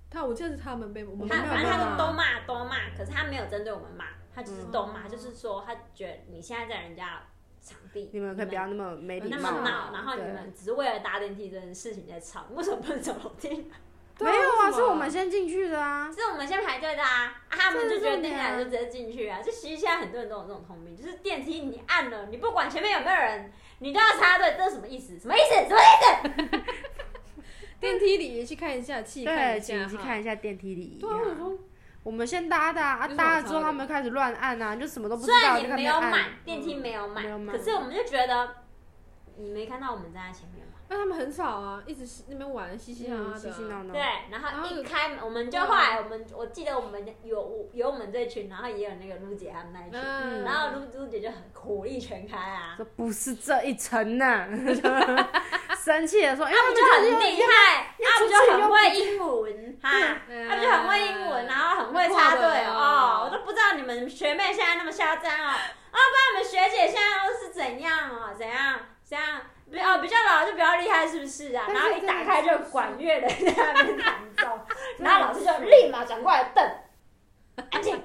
A: 他我记得是他们被我们
C: 他
A: 没有
C: 反
A: 被
C: 正他
A: 骂
C: 都都骂都骂，可是他没有针对我们骂，他就是都
D: 嗯
C: 骂，就是说他觉得你现在在人家场地，
D: 你们可以不要那么没
C: 你们那
D: 礼貌啊
C: 么
A: 礼 貌
C: 闹，然后你
D: 对
C: 们只是为了搭电梯这件事情在吵，为什么不能走楼梯？
A: 对啊
D: 没有
A: 为
D: 啊，
A: 什么
D: 是我们先进去的啊。
C: 是我们先排队的啊，啊他们就觉得
D: 这
C: 电
D: 是重
C: 梯
D: 点啊
C: 来就直接进去啊。就其实现在很多人都有这种通病，就是电梯你按了，你不管前面有没有人，你都要插队，这是什么意思？什么意思？什么意思？
A: 电梯里也去看一下，气看
D: 对，
A: 一下
D: 请去
A: 哈，
D: 看一下电梯礼仪
A: 对啊，我说
D: 我们先搭的啊，
A: 有
D: 啊
A: 什么
D: 搭了
A: 差
D: 之后
A: 的
D: 他们开始乱按啊，就什么都不知
C: 虽然
D: 道，
C: 你
D: 就开
C: 没
D: 始
C: 有买
D: 按。嗯
C: 电梯，没有买
D: 没有，买
C: 可是我们就觉得你没看到我们站在前面嘛。
A: 那他们很少啊，一直是那边玩嘻嘻哈哈
D: 嗯，
A: 的
D: 嘻
A: 啊，
D: 嘻闹闹
C: 对。，然
A: 然
C: 后
A: 后
C: 一开门，我们就
A: 对啊
C: 后来我们我记得我们有有我们这群，然后也有那个露姐他们那一群，
A: 嗯，
C: 然后露露姐就很火力全开
B: 嗯
C: 啊，
D: 这不是这一层呐、 生气
A: 啊
D: 的说，因为
C: 他
D: 他
C: 们就
D: 们就是
C: 很厉害，他们就很会英文哈，
A: 嗯
C: 他们就很会英文，
A: 哦
C: 然后很会插队哦，我都不知道你们学妹现在那么嚣张哦，啊，不知道你们学姐现在都是怎样哦，怎样怎样。比哦，比较老就比较厉害，是不是啊？
D: 但
C: 然
D: 是
C: 后一打开就管乐的在那边弹奏，
D: 真的
C: 哦然后老师就立马转过来瞪，安静。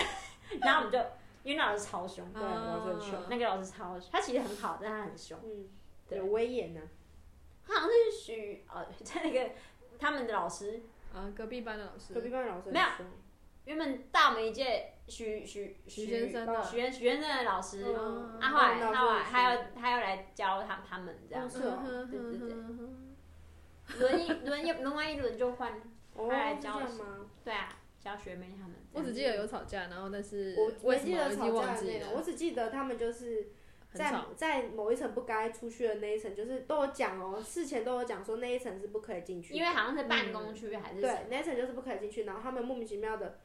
C: 然后我们就，因为那老师超凶，
D: 对，我
A: 啊
D: 就去，
C: 那个老师超凶，他其实很好，但他很凶。
D: 嗯，
C: 对
D: 有威严啊呐、
C: 他好像是许呃，在那个他们的老师
A: 啊，隔壁班的老师，
D: 隔壁班老师很
C: 没有嗯
D: 凶
C: 原本大我们一届许许
A: 徐先生的
C: 许先许先生的老师，
D: 嗯
C: 啊，后来
D: 嗯
C: 后来
D: 老师
C: 他又他又来教他他们这样
D: 哦，是哦
A: 嗯哼
C: 对对对
A: 哼哼
C: 轮一轮一轮完一轮就换，
D: 哦，
C: 他来
D: 是这
C: 教
D: 样
C: 室
D: 吗？
C: 对啊，教学妹他们这
A: 我
C: 样。
A: 只记得有吵架，然后但是
D: 我
A: 为
D: 我
A: 什么我
D: 记得
A: 已
D: 吵
A: 经
D: 架
A: 忘
D: 的
A: 记
D: 内
A: 了
D: 容，我，只记得他们就是
A: 很
D: 在
A: 吵，
D: 在某一层不该出去的那一层，就是都有讲哦，事前都有讲说那一层是不可以进去的
C: 因为好像是办公区还是什么
D: 对，那一层就是不可以进去，然后他们莫名其妙的，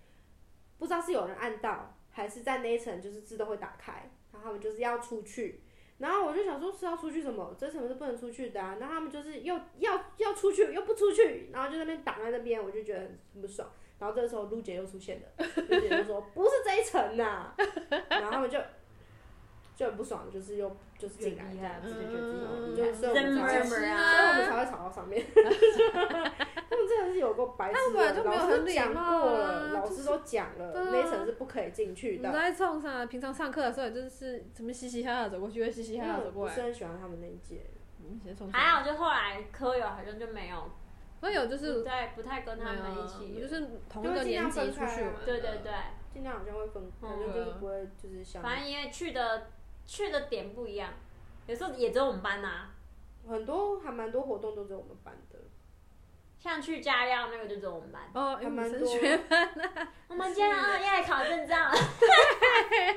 D: 不知道是有人按到，还是在那一层就是自动会打开，然后他们就是要出去，然后我就想说是要出去什么，这层是不能出去的、啊，然后他们就是又要要出去又不出去，然后就在那边挡在那边，我就觉得很不爽。然后这时候陆姐又出现了，陆姐就说不是这一层呐、然后他们就就很不爽，就是又就是进来
C: 很
D: 这
C: 厉
D: 样
C: 害，
D: 子
C: 自己觉得自己很厉
D: 就
C: 害，
D: 嗯是我们
C: 真
D: 早上
C: murmur
D: 所以我
C: 嗯啊
D: 们，才会吵到 上面。他们真的是有够白痴
A: 他们本来
D: 的，
A: 就没有
D: 老师
A: 很
D: 都
A: 礼
D: 讲
A: 貌啊
D: 过了，老
A: 就
D: 师都讲了，
A: 对啊嗯
D: 那一层是不可以进去
A: 你
D: 的。
A: 在冲啥？平常上课的时候也就是什么嘻嘻哈哈走过去，又嘻嘻
D: 因
A: 哈
D: 为
A: 哈走
D: 我
A: 过
D: 不
A: 来
D: 是，很喜欢他们那一届，
A: 你嗯先冲啥。
C: 还好就后来科友好像就没有，
A: 所以有就是
C: 不太不太跟他们一
A: 没有
C: 起
A: 啊，就是啊同一个年级出去玩，
C: 对对对。
D: 尽量好像会分，
C: 嗯
D: 反正就是不会就是像
C: 反正因为去的去的点不一样，有时候也只有我们班呐、啊
D: 很多还蛮多活动都只有我们班 的，
C: 像去加料那个就只有我们班。
A: 哦，
D: 还
A: 因为
D: 蛮
A: 我
D: 多
A: 升。学
C: 我们今天啊要来考 证照，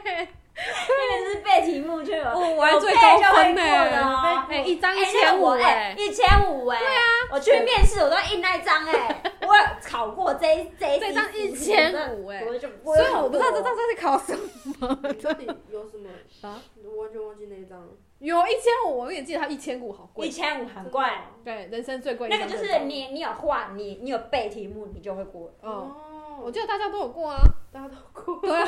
C: 那个是背题目去了。
A: 哦，我还最高分呢、
C: 哦
A: 哎、一张一千五哎，
C: 一千五哎，对啊，我去面试我都印那一张哎、我有考过这一这一
A: 这张1500哎
C: 我就
A: 所以我不知道这张
C: 张
A: 到底考什么
D: 你到底有什么？
A: 啊？
D: 我完全忘记那一张了。
A: 有一千五，我也记得它一千五好
C: 一
A: 贵，
C: 千五很怪，
A: 对，人生最贵。
C: 那个就是，你你有画你你有背题目你就会过，
A: 嗯，
D: 哦，
A: 我记得大家都有过啊，
D: 大家都哭。
A: 对啊，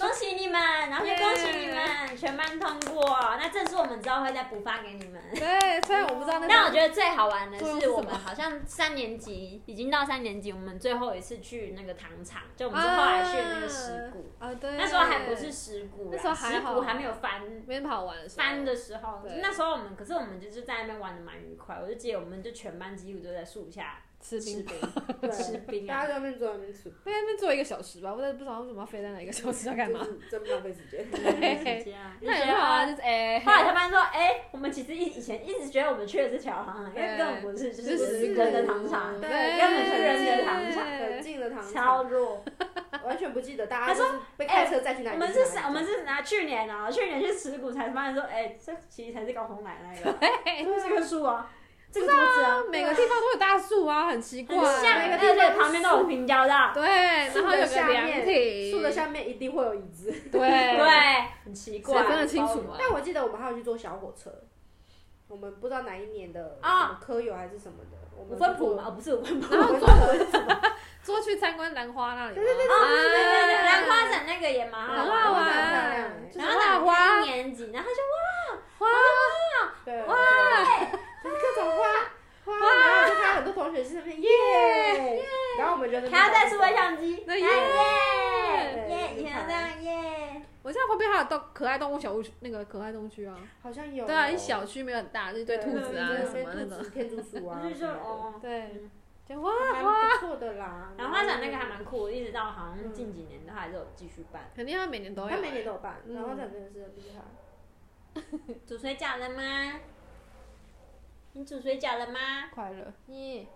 C: 恭喜你们，然后就恭喜你们全班通过。那证书我们之后会再补发给你们。
A: 对，虽然我不知道那
C: 但我
A: 个
C: 觉得最好玩的
A: 作用
C: 是，
A: 是什么
C: 我们好像三年级已经到三年级，我们最后一次去那个糖厂，就我们是后来去那个石鼓，
A: 啊，对，
C: 那时候还不是石鼓啦，
A: 那时候还
C: 石
A: 好
C: 鼓还没有翻
A: 没跑完的时候
C: 翻的时候
A: 对，
C: 那时候我们可是我们就是在那边玩的蛮愉快，我就记得我们就全班几乎都在树下
A: 吃
C: 吃
A: 冰
C: 冰，
D: 对
C: 吃冰
D: 大
C: 啊
D: 家，在那边坐在那边吃，
A: 在那边坐一个小时吧，我也不知道为什么要飞在那一个小时要干嘛
D: 就。是真浪费时间。
A: 那也很好啊，就是
C: 时间啊，就觉得。
A: 哎，
C: 后来他们说，哎、我们其实一以前一直觉得我们去的是桥行，因为根本不是，就是
A: 就
C: 不
A: 是
C: 是真的糖厂。
A: 对，
C: 根本是人
D: 的
C: 糖厂
D: 很近的糖
C: 超
D: 厂，
C: 弱。
D: 完全不记得大
C: 他
D: 家就是被开车载去哪
C: 我
A: 哎
D: 里。啊
C: 们
D: 就是去哪里
C: 我们是拿去年啊，去年去持股才发现说，哎、这其实才是高红奶那个，
A: 哎
C: 就是这个树啊，这个桌子啊，
A: 每个地方都有大树啊，很奇怪。
C: 很像，
D: 每
C: 而
D: 个地
C: 且
D: 方
C: 这旁边都有平交的，
A: 对，然
D: 树
A: 后有
D: 的
A: 个
D: 下
A: 凉
D: 面，
A: 亭，
D: 树的下面一定会有椅子。
A: 对
C: 对，很奇怪，
A: 谁分得清楚啊
D: 但我记得我们还有去坐小火车，我们不知道哪一年的
C: 啊
D: 什么科友还是什么的，我
C: 五
D: 们
C: 分谱嘛，哦，不是五分谱，
D: 然后坐火车，
A: 说去参观兰花那里吗。对
D: 对
C: 哦，对对对对，兰花展那个也蛮好
A: 很
C: 玩
A: 好
C: 的。
A: 玩，就是
C: 然后那
A: 画
C: 个
A: 花
C: 一年级，然后
A: 花，
D: 对，哇，就是各种花花，然后就看到很多同学是那边耶，然后我们就在
C: 就
D: 那边
C: 还要带数位相机，
A: 那
C: 然后耶耶，以前这样耶，
A: 我家旁边还有动可爱动物小屋区，那个可爱动物区啊。
D: 好像有
A: 对啊，一小区没有很大，就一堆
D: 对
A: 兔子嗯啊
D: 对
A: 什么那
D: 兔
A: 种。
D: 子天竺鼠啊，
C: 就是说哦。
A: 对，就哇
D: 还
A: 花，
D: 蛮不错的啦。
C: 然后花展那个还蛮酷的，一直到好像近几年都还是有继续办。
A: 肯定要每年都有。
D: 他 每年都有办，
A: 嗯
D: 然后花展真的是很厉害。
C: 煮水饺了吗？你煮水饺了吗？
A: 快乐 耶！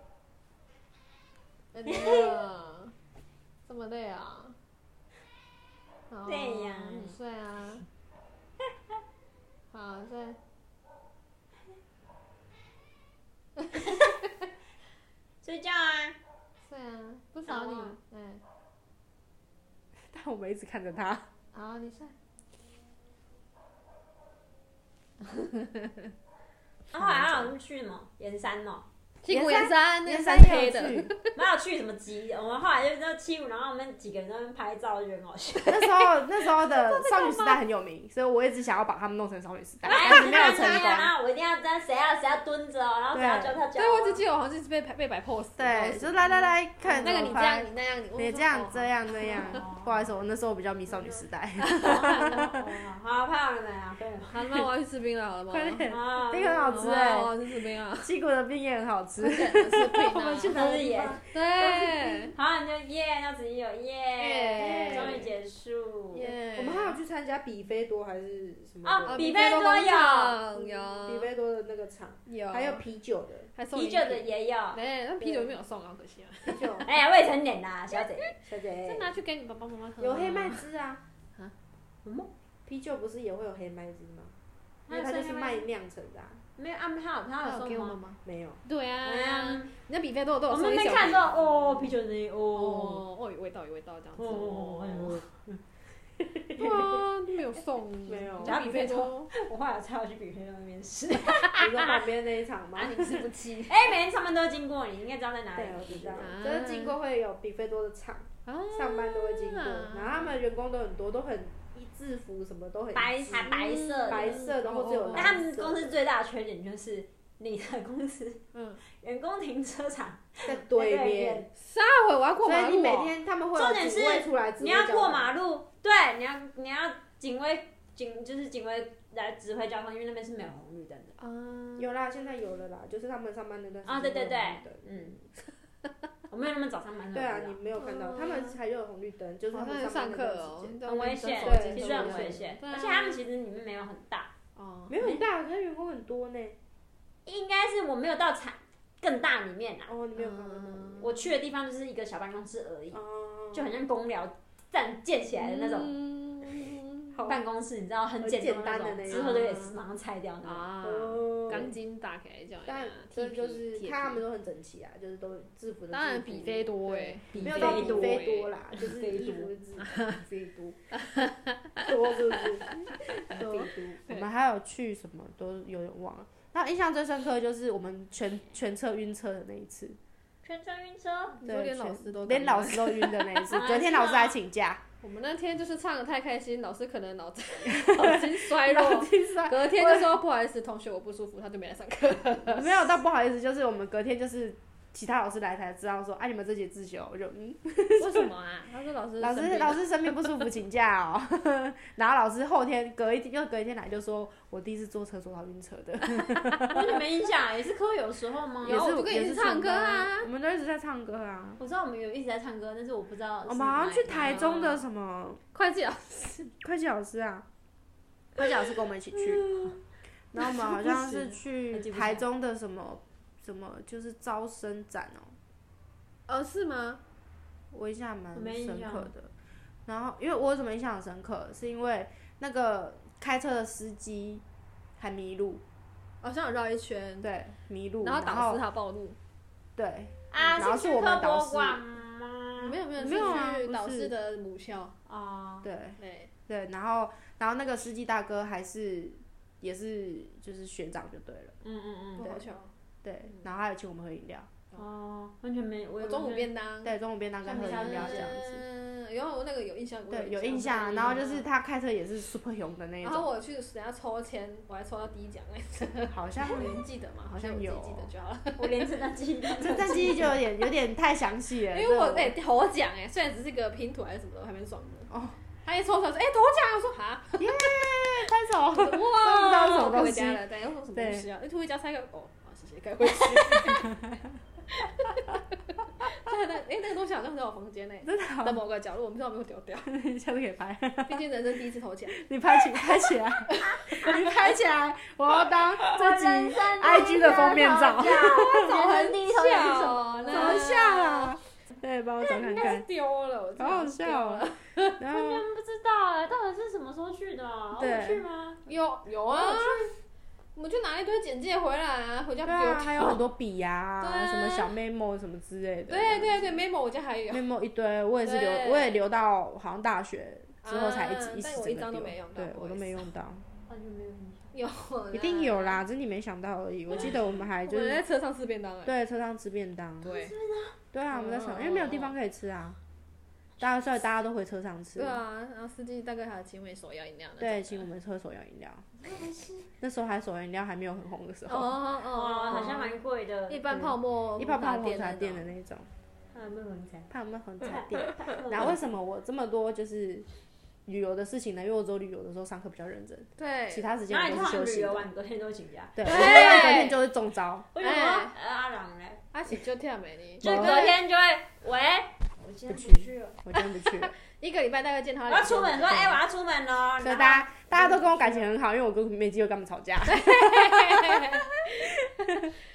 A: 真的，哎这么累啊？好
C: 对呀
A: 很 睡啊。好睡。
C: 睡觉啊！
A: 睡啊，不吵你
C: 好啊。
A: 嗯，
D: 但我们一直看着他，
A: 好，你睡。
C: 然后还好像去什么盐山哦，
A: 屁股也山，那个
D: 连
A: 山
D: 也
A: 黑
D: 有去
A: 的。
C: 没有去什么集，我们后来就到七五，然后我们几个人在那边拍照，就觉得很好笑。
D: 那时候那时候的少女时代很有名，所以我一直想要把他们弄成少 女时代，
C: 来，
D: 但是哎没有
C: 就
D: 成
C: 在那边然
D: 功。
C: 后我一定要在谁要谁要蹲着哦，然后谁要教他教
A: 对，
C: 我。哦
A: 我只记得我好像就是被被摆 pose。
D: 对，就来来来，看
A: 那个
D: 怎
A: 你
D: 么
A: 这
D: 拍
A: 样，你那样，我
D: 你
A: 说
D: 这样
A: 哦
D: 这样那样
C: 哦，
D: 不好意思，我那时候比较迷少女时代，
C: 哦好，拍完了没啊？可以了。
A: 好，那我要去吃冰 了，好了吗？
D: 快点，
C: 啊，
D: 这个很好吃
A: 好
D: 哎，
A: 我要去吃冰啊！
D: 七谷的冰也很好吃，
A: 吃冰啊！
C: 都是盐。
A: 对，
C: 好，你就耶，那子怡有耶，
A: 耶
C: 终于结束。
A: 耶
D: 我们还有去参加比菲多还是什么的
C: 啊
A: 呃
C: 比
A: 菲
C: 菲多
A: 多
C: 有
A: 有
D: 比
A: 有
D: 菲多的那个场，
C: 哦
A: 有，
D: 还有啤酒的，
A: 还送
C: 啤
A: 你
C: 酒的，也有。
A: 对，但啤酒没有送啊，好可惜啊！
D: 啤酒
C: 哎、呀，我也成年啦，小姐。
D: 小
A: 再
D: 姐
A: 拿去给你爸爸妈妈喝。
D: 有黑麦，汁啊，
C: 什么？
D: 啤酒不是也会有黑麦汁吗？
C: 那
D: 因为它就是麦酿成的啊，
C: 没有啊？他有他
A: 他
C: 有
A: 有
C: 送
A: 给我们
C: 吗？
A: 吗？
D: 没有。
A: 对啊，
C: 嗯
A: 你那比菲多都有
C: 我
A: 送
C: 们
A: 一
C: 没
A: 小
C: 看
A: 瓶
C: 到哦，啤酒的哦。
A: 哦，哦，有味道，有味道这样子。
C: 哦哦哦哦
A: 对啊，没有送，
D: 没有
A: 那比菲多，
C: 我后来才有去比菲多那边吃。
D: 你说旁边那一场吗
A: 啊，？ 你吃不起
C: 哎、每天上班都会经过，你应该知道在哪里
D: 对，。我知道，
A: 啊
D: 就是经过会有比菲多的场，
A: 啊？
D: 上班都会经过，然后他们员工都很多，都很一制服什么都很
C: 白
D: 一致
C: 还白色的。
D: 白色的，或者有
A: 哦
C: 那
D: 蓝
C: 他们
D: 色
C: 公司最大的缺点就是，你的公司
A: 嗯，
C: 员工停车场
D: 在
C: 在
D: 对
C: 对
D: 面，
C: 面，
A: 撒会我要过
D: 所
A: 马
D: 以
A: 路
D: 你每
A: 哦。
D: 天他们会
C: 重
D: 有
C: 点是
D: 警卫出来指挥
C: 你要
D: 交
C: 过
D: 通
C: 马路，对，你要你要警卫警就是警卫来指挥交通，因为那边是没有红绿灯的。
A: 啊，
D: 有啦，现在有了啦，就是他们上班那段时间
C: 啊，对对对
D: 会有红绿灯，
C: 嗯，我没有那么早上班的。
D: 对啊，
C: 我
D: 你
C: 不
D: 没有看到，
A: 嗯
D: 他们还有红绿灯，就是他
A: 好
D: 们
A: 像上
D: 上班
A: 课
D: 那段
A: 哦
D: 时间，
C: 知道很危险
D: 对，
C: 其实
D: 其实
C: 很
D: 很
C: 危
D: 危
C: 险，
A: 对啊
C: 而且他们其实里面没有很大，
A: 哦，
D: 没有很大，可是员工很多呢。
C: 应该是我没有到产更大里面啦。
D: 哦，你没有看到那个。
A: 嗯
C: 我去的地方就是一个小办公室而已，
D: 哦，
C: 就很像公寮站建起来的那种
A: 种
D: 好
C: 办公室，你知道很简单
D: 很简单的
C: 种，
D: 那
C: 之
D: 种
C: 后就可以马上拆掉那种。
A: 啊，
D: 哦
A: 钢筋啊打起来这样，
D: 但
A: 这
D: 这就是看他们都很整齐啊，就是都制服的制服。
A: 当然比菲多哎，
D: 没有到比
C: 多
D: 菲多啦，就是衣服的制服比菲多，多是不是？多。 我们还有去什么都有点忘了。那印象最深刻就是我们全全车晕车的那一次，
C: 全程晕 车，
A: 你说
B: 对，
A: 连老
B: 全
A: 师都
B: 连
A: 感冒
B: 老师都晕的那一次
C: 啊，
B: 隔天老师还请假，
A: 我们那天就是唱的太开心，老师可能脑 子脑筋衰
B: 老
A: 弱，
B: 师说
A: 隔天就说不好意思，同学我不舒服，他就没来上课。
B: 没有到不好意思，就是我们隔天就是其他老师来才知道说，啊，你们这节自修，我就嗯，
A: 为什么啊？他说老师
B: 老
A: 生病
B: 师
A: 了
B: 老师生病不舒服请假哦， 然后老师后天隔一天又隔一天来就说，我第一次坐车坐到晕车的，
C: 那你们印象欸也是课有时候吗？
A: 也是哦
B: 是
A: 我就跟你
B: 也
A: 一
B: 是
A: 起唱歌啊
B: 我们都一直在唱歌啊，
C: 我知道我们有一直在唱歌，但是我不知道是
B: 我们好像去
C: 哪一
B: 台
C: 个
B: 中的什么
A: 会计啊，
B: 会计老师啊，会计老师跟我们一起去， 然后我们好像是
C: 还
B: 去
C: 记不起来
B: 台中的什么什么就是招生展哦，
A: 哦是吗？
B: 我印象还蛮
C: 我没印
B: 深
C: 象
B: 刻的。然后，因为我为什么印象很深刻，是因为那个开车的司机还迷路，
A: 好像有绕一圈，
B: 对，迷路，
A: 然
B: 然
A: 后导师他暴怒，
B: 对，
C: 啊，
B: 然后是我们
C: 去科
B: 导
C: 博
B: 师
C: 馆吗？
A: 嗯没有没有
B: 没有啊
A: 是去
B: 不
A: 导
B: 是
A: 师的母校，
C: 啊，
B: 对，
A: 对，
B: 对，然后，然后那个司机大哥还是也是就是学长就对了，
C: 嗯嗯
A: 不好巧。
B: 对，
A: 嗯
B: 然后还有请我们喝饮料，
C: 嗯，哦，完全没，我
A: 我
C: 有
A: 中午
C: 完全
A: 便当，
B: 对，中午便当跟喝饮料这样子，
A: 嗯，然后我那个有印象，我
B: 对，有印
A: 印
B: 象啊。
C: 嗯
B: 然后就是他开车也是 super 勇的那一
A: 然后
B: 种，
A: 我去等下抽签，我还抽到第一 奖哎，
B: 好 像
A: 你们记得吗？
B: 好像
A: 我自己
B: 有
A: 记得就好了。
C: 我连这段记忆都没
B: 这
C: 有
B: 但记 忆就有点有点太详细了，
A: 因为我
B: 这
A: 哎头奖哎，虽然只是个拼图还是什么的，我还蛮爽的。
B: 哦，
A: 他一抽出来说哎头奖，我说哈，
B: 耶，拍手。
A: 哇，
B: 不知道是什么东西
A: 回家了，等一下说什么东西啊？哎，突回家拆开，哦，好谢谢，该回去。 啊对对，哎，那个东西好像在我房间内，
B: 真的好
A: 在某个角落，我不知道有没有丢掉。
B: 下次可以拍，
A: 毕竟人生第一次头奖，
B: 你拍起拍起来，你拍起来，我要当这集 IG 的封面照，
C: 找
A: 很
C: 第一头也是什
A: 笑
C: 么？
B: 怎么笑啊？对，帮我找看
A: 但是
B: 看，
A: 丢了，我真的
B: 好好笑
A: 丢了。
B: 啊。然后
C: 不知道哎，到底是什么时候去的啊？
B: 对
C: 我去吗？
A: 有有啊，我们就拿一堆简介回来啊，回家丢
B: 对啊，
A: 掉。
B: 还有很多笔呀
A: 对啊，
B: 什么小 memo 什么之类的。
A: 对对对，memo 我家还有。
B: ，memo 一堆，我也是留
A: 对，
B: 我也留到好像大学之后才一
A: 啊
B: 直一
A: 但
B: 直
A: 我一
B: 整
A: 张
B: 个
A: 都
B: 丢
A: 没用，到
B: 对
A: 不好
B: 我都
A: 意
B: 没
A: 思
B: 用到，
C: 完全没有印象。
A: 有啦，啊
B: 一定有啦，只是你没想到而已。我记得我们还就
A: 我们 在
B: 是
A: 车上吃便当哎。
B: 对车上吃便当，
A: 对
B: 对啊，我们在
A: 嗯
B: 想，
A: 嗯
B: 因为没有地方可以吃啊，大家所以大家都回车上吃
A: 对。啊，然后司机大概还有请我们手摇饮料那种的。
B: 对，请我们喝手摇饮料，那时候还手摇饮料还没有很红的时
A: 哦
B: 候，
A: 哦哦
C: 哦，好像蛮贵的。
B: 哦
A: 一般泡沫
B: 一泡泡红茶
A: 茶
B: 店的
A: 种
B: 那种，
C: 还有嗯没有人在？
B: 泡沫红 茶店。然后为什么我这么多就是旅游的事情呢？因为我只有旅游的时候上课比较认真，
A: 对，
B: 其他时间
C: 然后
B: 我
C: 你
B: 都是
C: 通
B: 休
C: 常旅
B: 息
C: 游
B: 的。
C: 完，你隔天都会请假。
B: 对，我
A: 对
B: 不然隔天就会中招。
C: 为什么？呃阿朗嘞，
A: 阿喜就跳美丽，
C: 就
B: 我
C: 隔天就会喂，我今天不去了。啊
B: 我真的不去了，
A: 一个礼拜大概见他
C: 我
A: 两
C: 要
A: 次。
C: 出门 说，哎，我要出门喽。
B: 所以
C: 然后
B: 大家大家都跟我感情很好，因为我跟没机会跟他们吵架。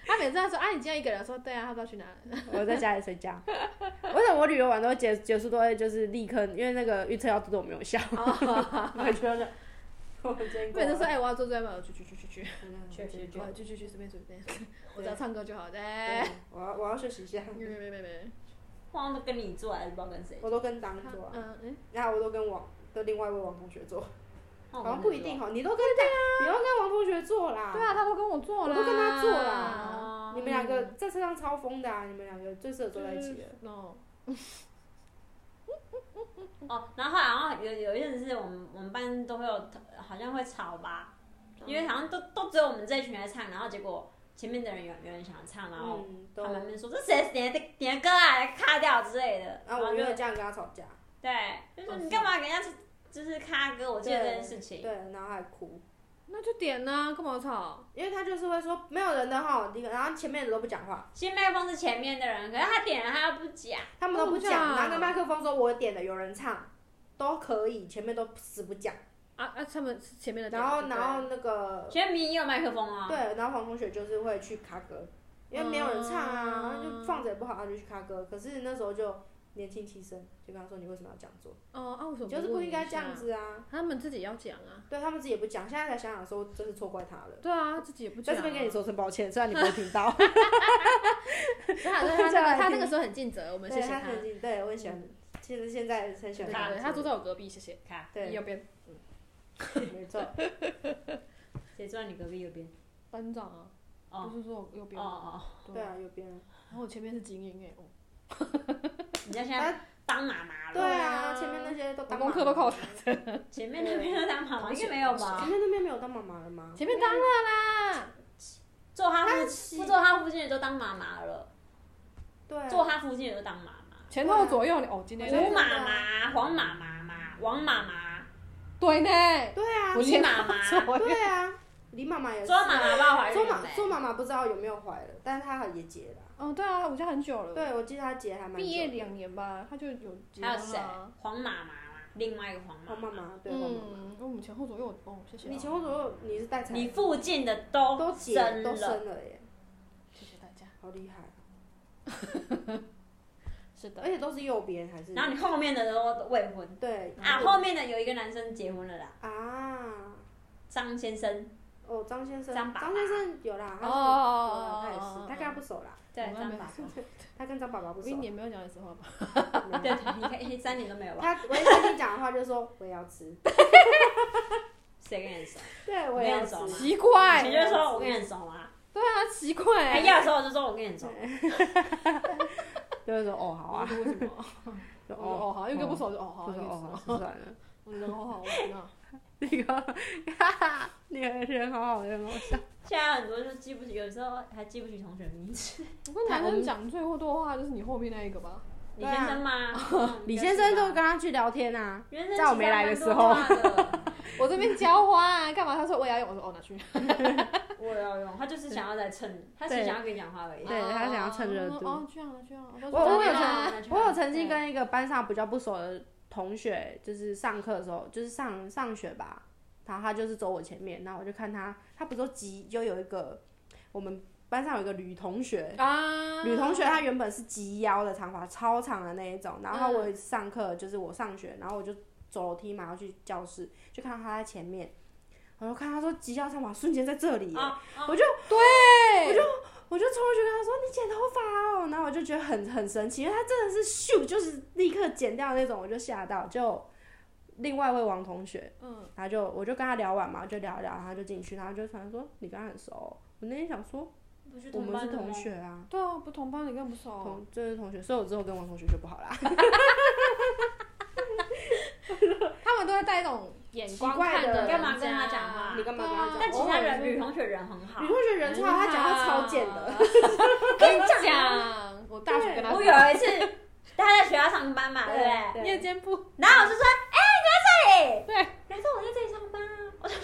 A: 他每次他说，啊，你今天一个人，我说对啊，他不知道去哪了。
B: 我在家里睡觉。为什么我旅游完都会结结束都会就是立刻，因为那个预测药对我没有效， 我觉得我真
A: 每次说，哎，我要做专门，我去去去去去，
C: 去去
B: 哦
C: 去
A: 我。要去去去随便随 便，我只要唱歌就好。哎，
B: 嗯我要我要休息一下，
A: 没没没没没，
C: 我好像都跟你做还是不知道跟谁。
B: 我都跟党
A: 他
B: 做啊，
A: 嗯嗯，
B: 然后我都跟王跟另外一位王同学做，
C: 好
B: 好像不一定哦，你都跟党，你都跟王同学做啦，
A: 对啊，，他都跟我做
B: 我
A: 了，
B: 都跟他做啦。
C: 哦
B: 你们两个在车上超疯的啊！你们两个最适合坐在一起了。
A: 哦，
C: 哦，然后后来好像有有一阵子是我们我们班都会有，好像会吵吧，因为好像都都只有我们这一群在唱，然后结果前面的人有有人想唱，然后
B: 嗯，
C: 他
B: 都。
C: 们边说这谁点的点的歌啊，卡掉之类的，
D: 啊
B: 然后
C: 后
B: 我
C: 就
B: 因为这样跟他吵架，
C: 对，就
A: 哦
C: 是
A: 是
C: 你干嘛给人家就是卡歌？我记得这件事情，
B: 对，然后还哭。
A: 那就点呐，干嘛吵？
B: 因为他就是会说没有人的哈，你然后前面的都不讲话，
C: 新麦克风是前面的人，可是他点了他又不讲，
B: 他们都不
A: 他们不
B: 讲，
A: 讲
B: 然后跟麦克风说我点的有人唱，都可以，前面都死不讲。
A: 啊啊，他们是前面的点
B: 然
A: 了，
B: 后
A: 对不对
B: 然后那个
C: 全民也有麦克风啊，
B: 对，然后黄同学就是会去卡歌，因为没有人唱啊，
A: 嗯
B: 然后就放着也不好，他就去卡歌。可是那时候就年轻气盛，就跟他说你为什么要这样做，
A: 哦啊，为什么
B: 你就是
A: 不
B: 不应该这样
A: 问一下？
B: 子啊。
A: 他们自己要讲啊，
B: 对他们自己也不讲，现在才想想说真是错怪他了。
A: 对啊，自己也不
B: 在
A: 讲啊。
B: 这边跟你说声抱歉，虽然你没有听到，
A: 他他啊他那个他那个时候很尽 责，我们谢
B: 对，
A: 谢
B: 他
A: 他。
B: 很喜对我也喜欢，其实现在很喜
A: 对
B: 欢
A: 对对，他坐
B: 做
A: 在我隔壁，谢谢。
C: 卡，
B: 对
A: 右边
B: 没错。
C: 谁坐在你隔壁右边？
A: 班长啊，
C: 哦
A: 不是说右边
C: 哦
A: 吗？
C: 哦，
D: 对啊，有别人。
A: 然后我前面是精英哎，哦
C: 人家现在当妈妈
D: 对
C: 了，
D: 啊，
A: 啊
D: 前面那些都
A: 我
D: 当妈
A: 功
D: 妈
A: 课都靠他。
C: 前面那边都当妈妈，应该没有吧
D: 前？面那边没有当妈妈了
B: 哦
D: 吗？
A: 前面当然
B: 啊
A: 啦，
C: 做他附附做他附近的都当妈妈了，
D: 对啊，
C: 做他附近的都当妈妈，
A: 前后左右你哦，今
D: 对
A: 天
B: 啊
C: 吴妈妈、黄妈妈妈、王妈妈、
A: 对呢，
D: 对啊，
A: 我
C: 李
A: 前
C: 妈 妈、周
A: 左右
D: 对啊，李妈妈也是啊。
C: 妈妈爸怀
D: 周
C: 孕了
D: 妈周妈妈不知道有没有怀了，但是她也结了啊。
A: 哦，对啊，我家很久了，，
D: 对，我记得她结还蛮久的
A: 毕业两年吧，他就有结
C: 还有
A: 婚
C: 谁
A: 了。？
C: 黄妈妈嘛，另外一个黄妈
D: 嗯黄
C: 妈
D: 哦妈。妈，对黄妈妈。
A: 嗯，我们前后左右哦，谢谢啊。
D: 你前后左右你是带产，
C: 你附近的都
D: 都结
C: 生
D: 都
C: 了，
D: 生了耶，
A: 谢谢大家。
D: 好厉害！
A: 是的
D: 而，且都是右边还是？
C: 然后你后面的都未婚
D: 对
C: 啊，后面的有一个男生结婚了啦，
D: 啊，
C: 张先生，
D: 哦，张先生，
C: 张爸爸
D: 张先生有啦，他
A: 哦哦
D: 是
A: 哦
D: 有啦他也
A: 哦哦
D: 是，他跟他不熟啦，
C: 对，
A: 我们
C: 张
A: 没有
C: 爸爸，
D: 他跟张爸爸不
A: 我
D: 熟
A: 一。年没有讲一次话吧？
C: 对对，你看一三年都没有吧？
D: 他我一跟你讲的话就说我也要吃，
C: 谁跟你熟？
D: 对，
C: 我
D: 也
C: 也
D: 要
C: 要
D: 吃
C: 吃。
A: 奇
C: 以
A: 怪
C: 前，就说我跟你熟啊，
A: 对啊，奇怪
C: 他
A: 欸。
C: 要的时候我就说我跟你熟，
D: 就是说哦好
A: 我
D: 啊，
A: 说为什 么？
D: 就
A: 我说哦好，因为跟不熟就哦好，
D: 就说
A: 因为不
D: 哦
A: 熟
D: 好就算了。
A: 我人好好，我天 哪，
D: 那 个，哈哈，那个人好好人好笑。
C: 现在很多就记不起，有时候还记不起同学名字。
A: 我跟男生讲最多的话就是你后面那一个吧。
C: 李先生吗？ 嗯
D: 啊李先生都跟
C: 应该是吧
D: 他去聊天啊，
C: 原生
D: 在我没来的时候
C: 其实还蛮多话 的
A: 我这边浇花啊，干嘛？他说我也要用，我说哦拿去。
C: 我要用，他就是想要来蹭，他是想要跟你讲话而已。
D: 对他想要趁热度
A: 哦，这样了，这样了。我
D: 我我
C: 对
D: 有
C: 啊
D: 曾我有曾经跟一个班上比较不熟的同学，就是上课的时候，就是上上学吧，然后他就是走我前面，然后我就看他，他不是都急，就有一个我们班上有一个女同学。
A: 啊，
D: 女同学她原本是及腰的长发，超长的那一种。然后我上课就是我上学，然后我就走楼梯嘛，要去教室，就看到她在前面，我就看她说及腰长发，瞬间在这里耶，
C: 啊，啊
D: 我就
A: 对，
D: 我就我就冲过去跟他说：“你剪头发哦！”然后我就觉得很很神奇，因为他真的是咻，就是立刻剪掉那种，我就吓到。就另外一位王同学，
A: 嗯，
D: 然后就我就跟他聊完嘛，就聊一聊，然后就进去，然后就突然说：“你跟他很熟哦、我那天想说，
C: 不是
D: 我
C: 同
D: 们
C: 班
D: 是
C: 的吗
D: 同学啊，
A: 对啊，不同班你更不熟。
D: 同就是同学，所以我之后跟王同学就不好啦。
A: 他们都会带一种眼光看着人家，
C: 你干嘛跟他讲哦话
D: 你干嘛跟他讲？
C: 但其他人
D: 女
C: 女同学人很好
D: 女。同学人超好，他讲话超贱的。
A: 我跟你
D: 啊
A: 讲，嗯我大学跟他
C: 我有一次，他在学校上班嘛，对不对？
D: 对
A: 夜间部，
C: 然后我就说：“哎，你在这里？”
A: 对，
C: 然后说：“我在这里上班啊。” 我说：“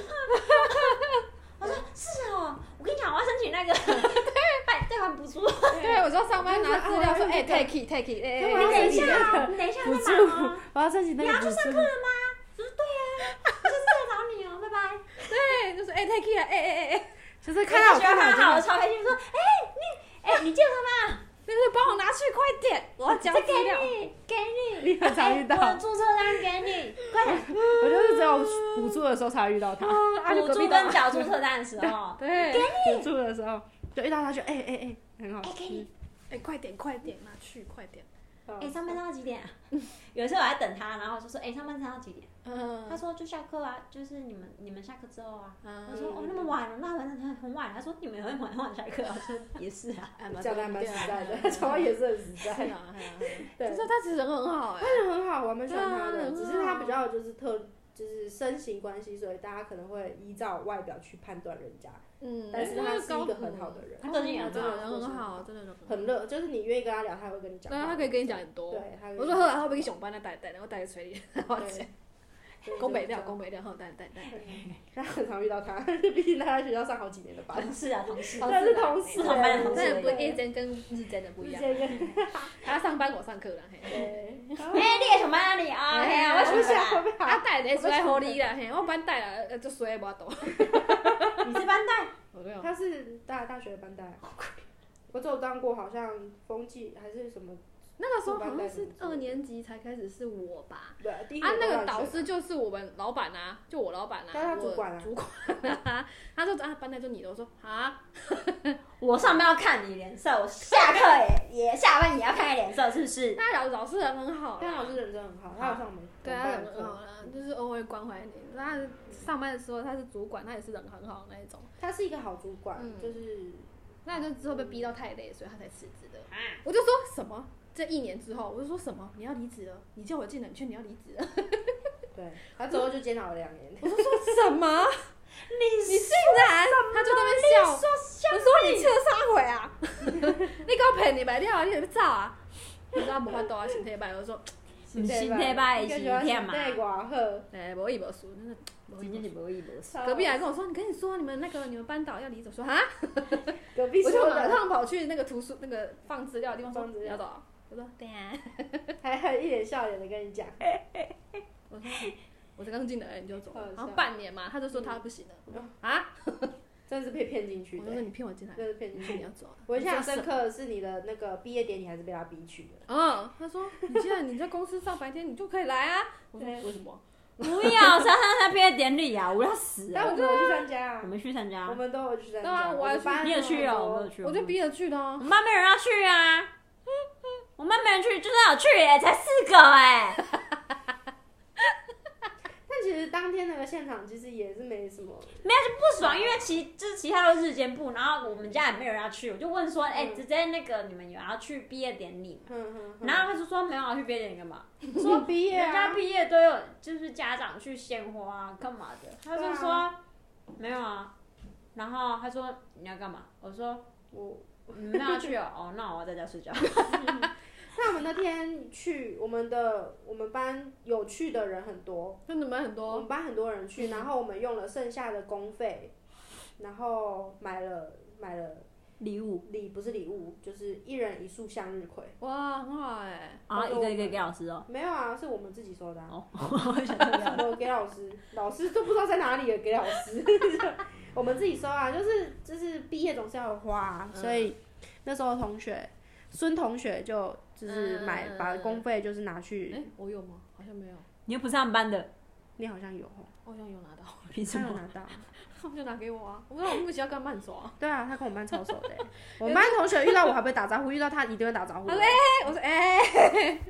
C: 我说是哦，我跟你讲，我要申请那个， 对，对，还补助。
A: 对我说上班拿资料说，哎，take it take it，
D: 对
A: 哎
D: 我
C: 你
A: 哎，
C: 等
D: 要申
C: 一
D: 请
C: 下
D: 那
C: 哦，
D: 个
C: 你等一下
D: 补
C: 再
D: 助
C: 忙哦。”，
D: 我要申请那
C: 你要
D: 个补
C: 去上
D: 助
C: 课。了吗？我说对啊，我就是在找你哦，拜拜。
A: 对，就是哎 take it，哎哎哎哎，
D: 就是 看到我
C: 觉得
D: 看到我
C: 他
D: 就
C: 好，我超开心，我说哎你哎你记得 吗？
A: 那个帮我拿去，快点，我要交
C: 这
A: 资
C: 给
A: 料。
C: 你给你，
D: 你很常遇到
C: 哎我的注册单给你，快点。
D: 我就是只有补助的时候才会遇 到他，
A: 啊，就
C: 补
A: 隔
C: 助
A: 壁
C: 跟
A: 班
C: 缴注册单的时 候，
A: 对，
D: 补助的时候就遇到他就哎哎哎，很好
C: 哎给
D: 吃
C: 你。
A: 哎，快点快点拿去，快点。
C: 哎上班上到几点啊？有时候我还等他，然后我就说哎上班上到几点？他
A: 嗯，
C: 说就下课啊，就是你们你们下课之后啊。我
A: 他
C: 说哦那么晚了，那很很很晚。他说你们很晚很晚下课啊。我 说也是啊。
D: 讲的还蛮实 在的，讲话也是很实 在。对，
A: 就是他其实人很好哎、
D: 他人很好，我还蛮喜欢他
A: 对啊
D: 的，
A: 人
D: 只
A: 很
D: 是他比较就是特就是身形关系，所以大家可能会依照外表去判断人家，
A: 嗯
D: 但是他是一个很好的人
C: 他个性也
A: 人
C: 很
A: 真
C: 好
A: 的人很好，真的人很好。
D: 很热，就是你愿意跟他聊，他会跟你讲
A: 对啊，
D: 话。
A: 他可以跟你讲很多。
D: 对，他
A: 我说后来会不会熊班那带带，然后带在水里，然后
D: 对
A: 拱北料，
D: 工，
A: 拱北料，然后带带带。
D: 他很常遇到他，毕竟他在学校上好几年的 班，
C: 同事啊，同事，
A: 哦
D: 但是同事，
C: 是同班的同事
A: 但
C: 但
A: 是
C: 是
A: 不
C: 不
A: 夜间跟日间的不一样，
D: 这个
A: 他上班我上课啦，嘿。
D: 对，
C: 哎，你也上班啊你啊？哎呀，我
D: 我
C: 想
D: 想
C: 想，
D: 不
A: 啊
D: 好，
A: 带的出来好你啦，嘿，我班带啦，呃就衰我懂。
C: 你是班带，
A: 我哦没有，
D: 他是大大学的班带，啊我只有当过好像风纪还是什么，
A: 那个时候好像是二年级才开始是我吧。
D: 对，第一
A: 啊，那
D: 年
A: 个
D: 都
A: 导
D: 乱选
A: 师就是我们老板啊，就我老板啊，
D: 但是他
A: 我
D: 主管啊
A: 主管啊， 他说啊，班带就你的，我说啊，
C: 我上班要看你脸色，我下课也也下班也要看你脸色，是不是？
A: 那老老师人很好啦，啊
D: 但老师人真的很好，他有上我们
A: 对啊嗯他
D: 我们班
A: 人
D: 的
A: 很好
D: 课，
A: 啦，就是偶尔关怀你。他上班的时候他是主管，他也是人很好的那一种。
D: 他是一个好主管，
A: 嗯
D: 就是
A: 那就之后被逼到太累，所以他才辞职的。
C: 啊
A: 我就说什么？这一年之后，我就说什么？你要离职了？你叫我进冷却，你要离职了？
B: 对，他之后就煎熬了两年。
D: 什么？
C: 你是
D: 然他就在那边笑，
C: 说笑
D: 我说你去了啥鬼啊？
A: 你给我骗你白掉啊！你怎么走啊？你知道无法度啊，身体歹， 我说，
C: 你心态吧，是骗嘛？
B: 带寡喝，
A: 哎、无一无输，那个无
C: 今
A: 依
C: 天
A: 无
C: 你无意无事，
A: 隔壁还跟我说，你跟你说，你们那个你们班导要离职，我说啊，
B: 隔壁
A: 我就
B: 说
A: 马
B: 的，
A: 上跑去那个图书那个放资料的地方说
B: 放资料
A: 你要走啊，我说对啊，
B: 还还一脸笑脸的跟你讲，
A: 我说我才刚进来，你就走
B: 好笑
A: 了，然后半年嘛，他就说他不行了，我说啊，
B: 真的是被骗进去
A: 我就说
B: 的，
A: 你骗我进来，
B: 真的是骗进
A: 你
B: 去。
A: 说你要走啊，
B: 我印象
A: 你说
B: 深刻的是你的那个毕业典礼还是被他逼去的，
A: 嗯，他说你现在你在公司上白天你就可以来啊，我说
B: 对
A: 为什么？
C: 不要参加那毕业典礼啊，我要 死
B: 但
C: 啊！
B: 我们有去参加
C: 我
B: 啊，
C: 们去参加
B: 我，们都有去参
A: 对啊
B: 加，
A: 我还去啊
B: 班
C: 你也去
B: 很
C: 哦，
B: 多
C: 我没有去，
A: 我就逼着去的
C: 我
A: 啊，
C: 们班没有人要去啊， 我们班没人去，就算有去哎，才四个哎，
B: 但其实当天那个现场其实也是没什么，
C: 不爽，因为其就是其他都是日间部，然后我们家也没有人要去，我就问说，哎，直接那个你们有要去毕业典礼吗？
B: 嗯嗯嗯，
C: 然后他就说没有要去毕业典礼干嘛？
B: 说毕业
C: 人家
B: 啊，
C: 毕业都有就是家长去献花啊，干嘛的？他就说、
B: 对
C: 没有啊，然后他说你要干嘛？我说
B: 我
C: 你们要去哦，哦，那我要在家睡觉。
B: 那我们那天去，我们的我们班有去的人很多，
A: 真的蛮很
B: 我
A: 多，
B: 们班很多人去，然后我们用了剩下的公费，然后买了买了
C: 礼物
B: 礼不是礼物，就是一人一束向日葵。
A: 哇，很好哎，
C: 啊，一个一个给老师哦。
B: 没有啊，是我们自己收的、啊。
C: 哦，我 想说
B: 什么给老师？老师都不知道在哪里了，给老师。 我们自己收啊，就是就是毕业总是要有花、啊，所以那时候同学孙同学就就是买、
A: 嗯
B: 把公费就是拿去，
A: 哎，我有吗？好像没有，
C: 你又不是他们班的，
B: 你好像有哦，
A: 我好像有拿到，
C: 凭什
B: 他有
C: 么？
B: 拿到。
A: 他们就拿给我啊，我说我们不行要干慢走啊。
B: 对啊，他跟我们班超熟的欸、我们班同学遇到我还不会打招呼，遇到他一定会打招呼的。
A: 我说哎、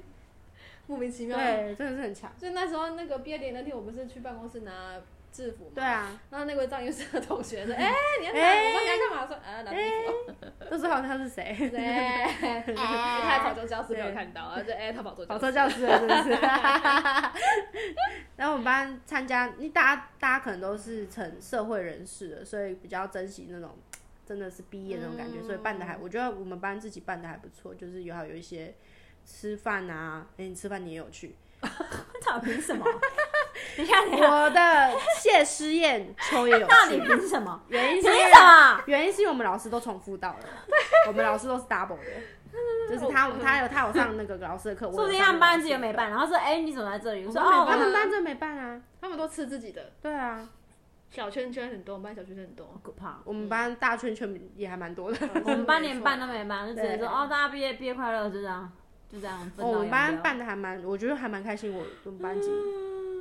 A: 莫名其妙。，
B: 对，真的是很强。
A: 就那时候那个毕业典礼那天，我不是去办公室拿制服嘛，
B: 对啊，
A: 然后那位张医生的同学说，哎、你要拿，
B: 哎
A: 我说你要干嘛？我说啊，拿制服。
B: 都知道他是谁，
A: 哎、他还跑出教室没有看到，然后就哎、他跑出
B: 跑
A: 教室。
B: 错教室了，真的是。 然后我们班参加，你大家大家可能都是成社会人士了，所以比较珍惜那种真的是毕业那种感
C: 嗯
B: 觉，所以办的还，我觉得我们班自己办的还不错，就是有还有一些吃饭啊，哎、你吃饭你也有去，
C: 他凭 什么？等一下，等一下，
B: 我的谢师宴秋也有
C: 到底
B: 去，
C: 凭什么？
B: 原因
C: 凭
B: 是因为
C: 什么？
B: 原因是因为我们老师都重复到 了，我们老师都是 double 的，就是他他有他有上那个老师的课，我有
C: 说不定
B: 上
C: 他们班自
B: 老
C: 己
B: 师
C: 也没办，然后说，哎，你怎么在这里？我说，
A: 我们
B: 的课，他
C: 哦，
B: 们班真没办啊，
A: 他们都吃自己的
B: 对啊，
A: 小圈圈很多，我们班小圈圈很
C: 好
A: 多。
C: 可怕。
B: 我们班大圈圈也还蛮多的，
C: 我们班连办都没办，就直接
B: 对
C: 说，哦，大家毕业毕业快乐，就这样，就这样。分道
B: 我们
C: 扬
B: 班
C: 镳
B: 办的还蛮，我觉得还蛮开心，我我们班级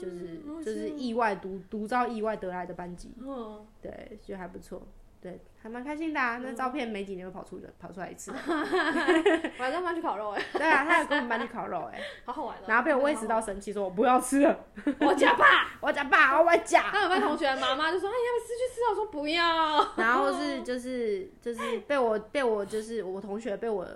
B: 就是就是意外独独招意外得来的班级，
A: 嗯，
B: 对，就还不错。对，还蛮开心的啊！那照片没几年就跑出跑出来一次，
A: 我还跟他们去烤肉哎、
B: 对啊，他有跟我们班去烤肉哎、
A: 好好玩哦。
B: 然后被我喂食到生气，说我不要吃了，
A: 我假爸，
B: 我讲爸，我讲。
A: 他们班同学妈妈就说，哎，你要不要吃去吃啊？我说不要。
B: 然后是就是就是被我被我就是我同学被我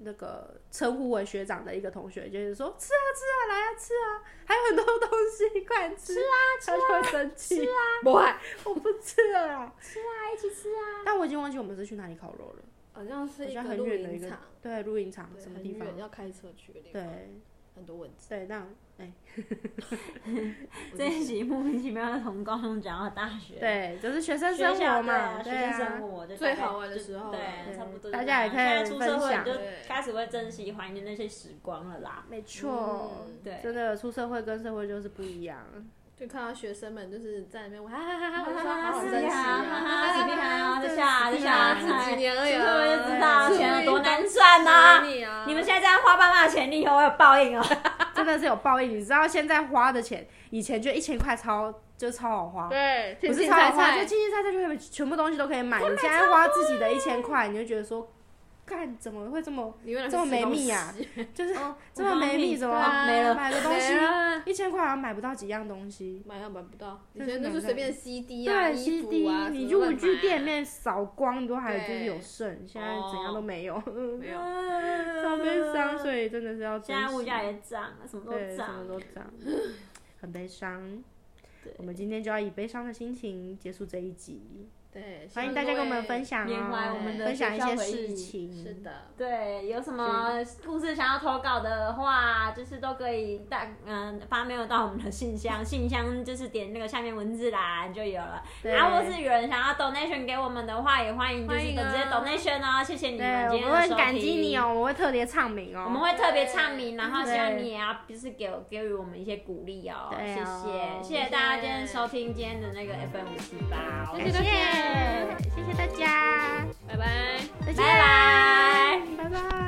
B: 那个称呼为学长的一个同学，就是说吃啊吃啊来啊吃啊，还有很多东西，快点吃啊吃啊，他就会生气，
A: 不会，
B: 我不吃了啦。
C: 大家一起吃啊！
B: 但我已经忘记我们是去哪里烤肉了，
A: 好像
B: 好
A: 是一
B: 像
A: 个
B: 很
A: 露
B: 远的一
A: 营
B: 个
A: 场，
B: 对露营场
A: 对
B: 什么
A: 很
B: 地方
A: 远，要开车去的地方，
B: 对
A: 很多蚊子。
B: 对，那
C: 这一集莫名其妙的从高中讲到大学，
B: 对就是学生
C: 学
B: 生
C: 校
B: 活
C: 对啊
B: 嘛，
C: 学
B: 对
C: 生生
B: 啊，
C: 活就
A: 最
C: 大概
A: 好玩的
C: 就
A: 时候啊
C: 对，
B: 对
C: 差不多就这样。
B: 大家也可以
C: 现在出社会，
B: 分享
C: 你就
A: 对
C: 开始会珍惜怀念那些时光了啦。
B: 没错，
A: 嗯
C: 对，
B: 真的出社会跟社会就是不一样。
A: 就看到学生们就是在那边玩，哈哈哈哈，我就说好好
C: 是
A: 珍惜
C: 呀，哈哈，死皮啊，在下，在
A: 对啊
C: 下，
A: 十几年而已
C: 出
A: 啊
C: 社会就知道
B: 对
C: 钱有多难赚呐！
A: 你啊，
C: 你们现在这样花爸妈的钱，你以后会有报应哦。
B: 真的是有报应。你知道现在花的钱，以前就一千块超就超好花，
A: 对，
B: 不
A: 不
B: 是
A: 是
B: 超
A: 菜
B: 好花，就青青菜菜就可以全部东西都可以买。你现在花自己的一千块，你就觉得说干怎么会这么
D: 你原来是
B: 这么没
D: 吃东
B: 密
D: 西
B: 啊？就是
C: 哦
B: 这么没密，怎
A: 对啊
B: 么
C: 没了
B: 买个东
A: 没啊
B: 西
A: 了，
B: 一千块好像买不到几样东西。
D: 买到买不到，以
B: 真是
D: 前就
B: 买
D: 是
B: 不
D: 随
B: 到
D: 便 CD 啊、
B: 对
D: 衣服
B: ，CD，
D: 啊，
B: 你
D: 什么
B: 就
D: 乱
B: 你去
D: 买
B: 店
D: 啊
B: 里，面扫光，你都还有就是有
D: 对
B: 剩，现在怎样
C: 哦啊
B: 都没有，
D: 没
B: 啊
D: 有
B: 超悲伤，所以真的是要
C: 现在
B: 珍
C: 物价
B: 惜啊
C: 也涨，什么
B: 对，
C: 都
B: 什么
C: 涨，
B: 都涨，很悲伤
C: 对。
B: 我们今天就要以悲伤的心情结束这一集，
D: 对，希
B: 欢迎
D: 望
B: 大家
D: 各
B: 跟我们
D: 位
B: 分享
C: 缅怀
B: 哦
C: 我们的
B: 分享一
C: 学
B: 些
C: 校回
B: 事
C: 忆
B: 情。
D: 是的，
C: 对，有什么故事想要投稿的话，就是都可以大嗯、发 mail 到我们的信箱，信箱就是点那个下面文字栏就有了。
B: 对
C: 然后啊或是有人想要 donation 给我们的话，也欢迎就是
A: 欢迎
C: 直接
A: 啊
C: donation 哦，谢谢你
B: 对，
C: 们
B: 我
C: 今
B: 们
C: 天
B: 会
C: 的收
B: 很
C: 听。
B: 感激你哦，我们会特别唱名哦。
C: 我们会特别唱名，然后希望
B: 对
C: 你也要就是给我给予我们一些鼓励哦，
B: 对
C: 谢
B: 哦
C: 谢谢谢大家今天收听今天的那个 FM 五十八，
B: 感谢谢谢大家，
D: 拜拜。
B: 再
C: 拜
B: 见，
C: 拜。
B: 拜拜。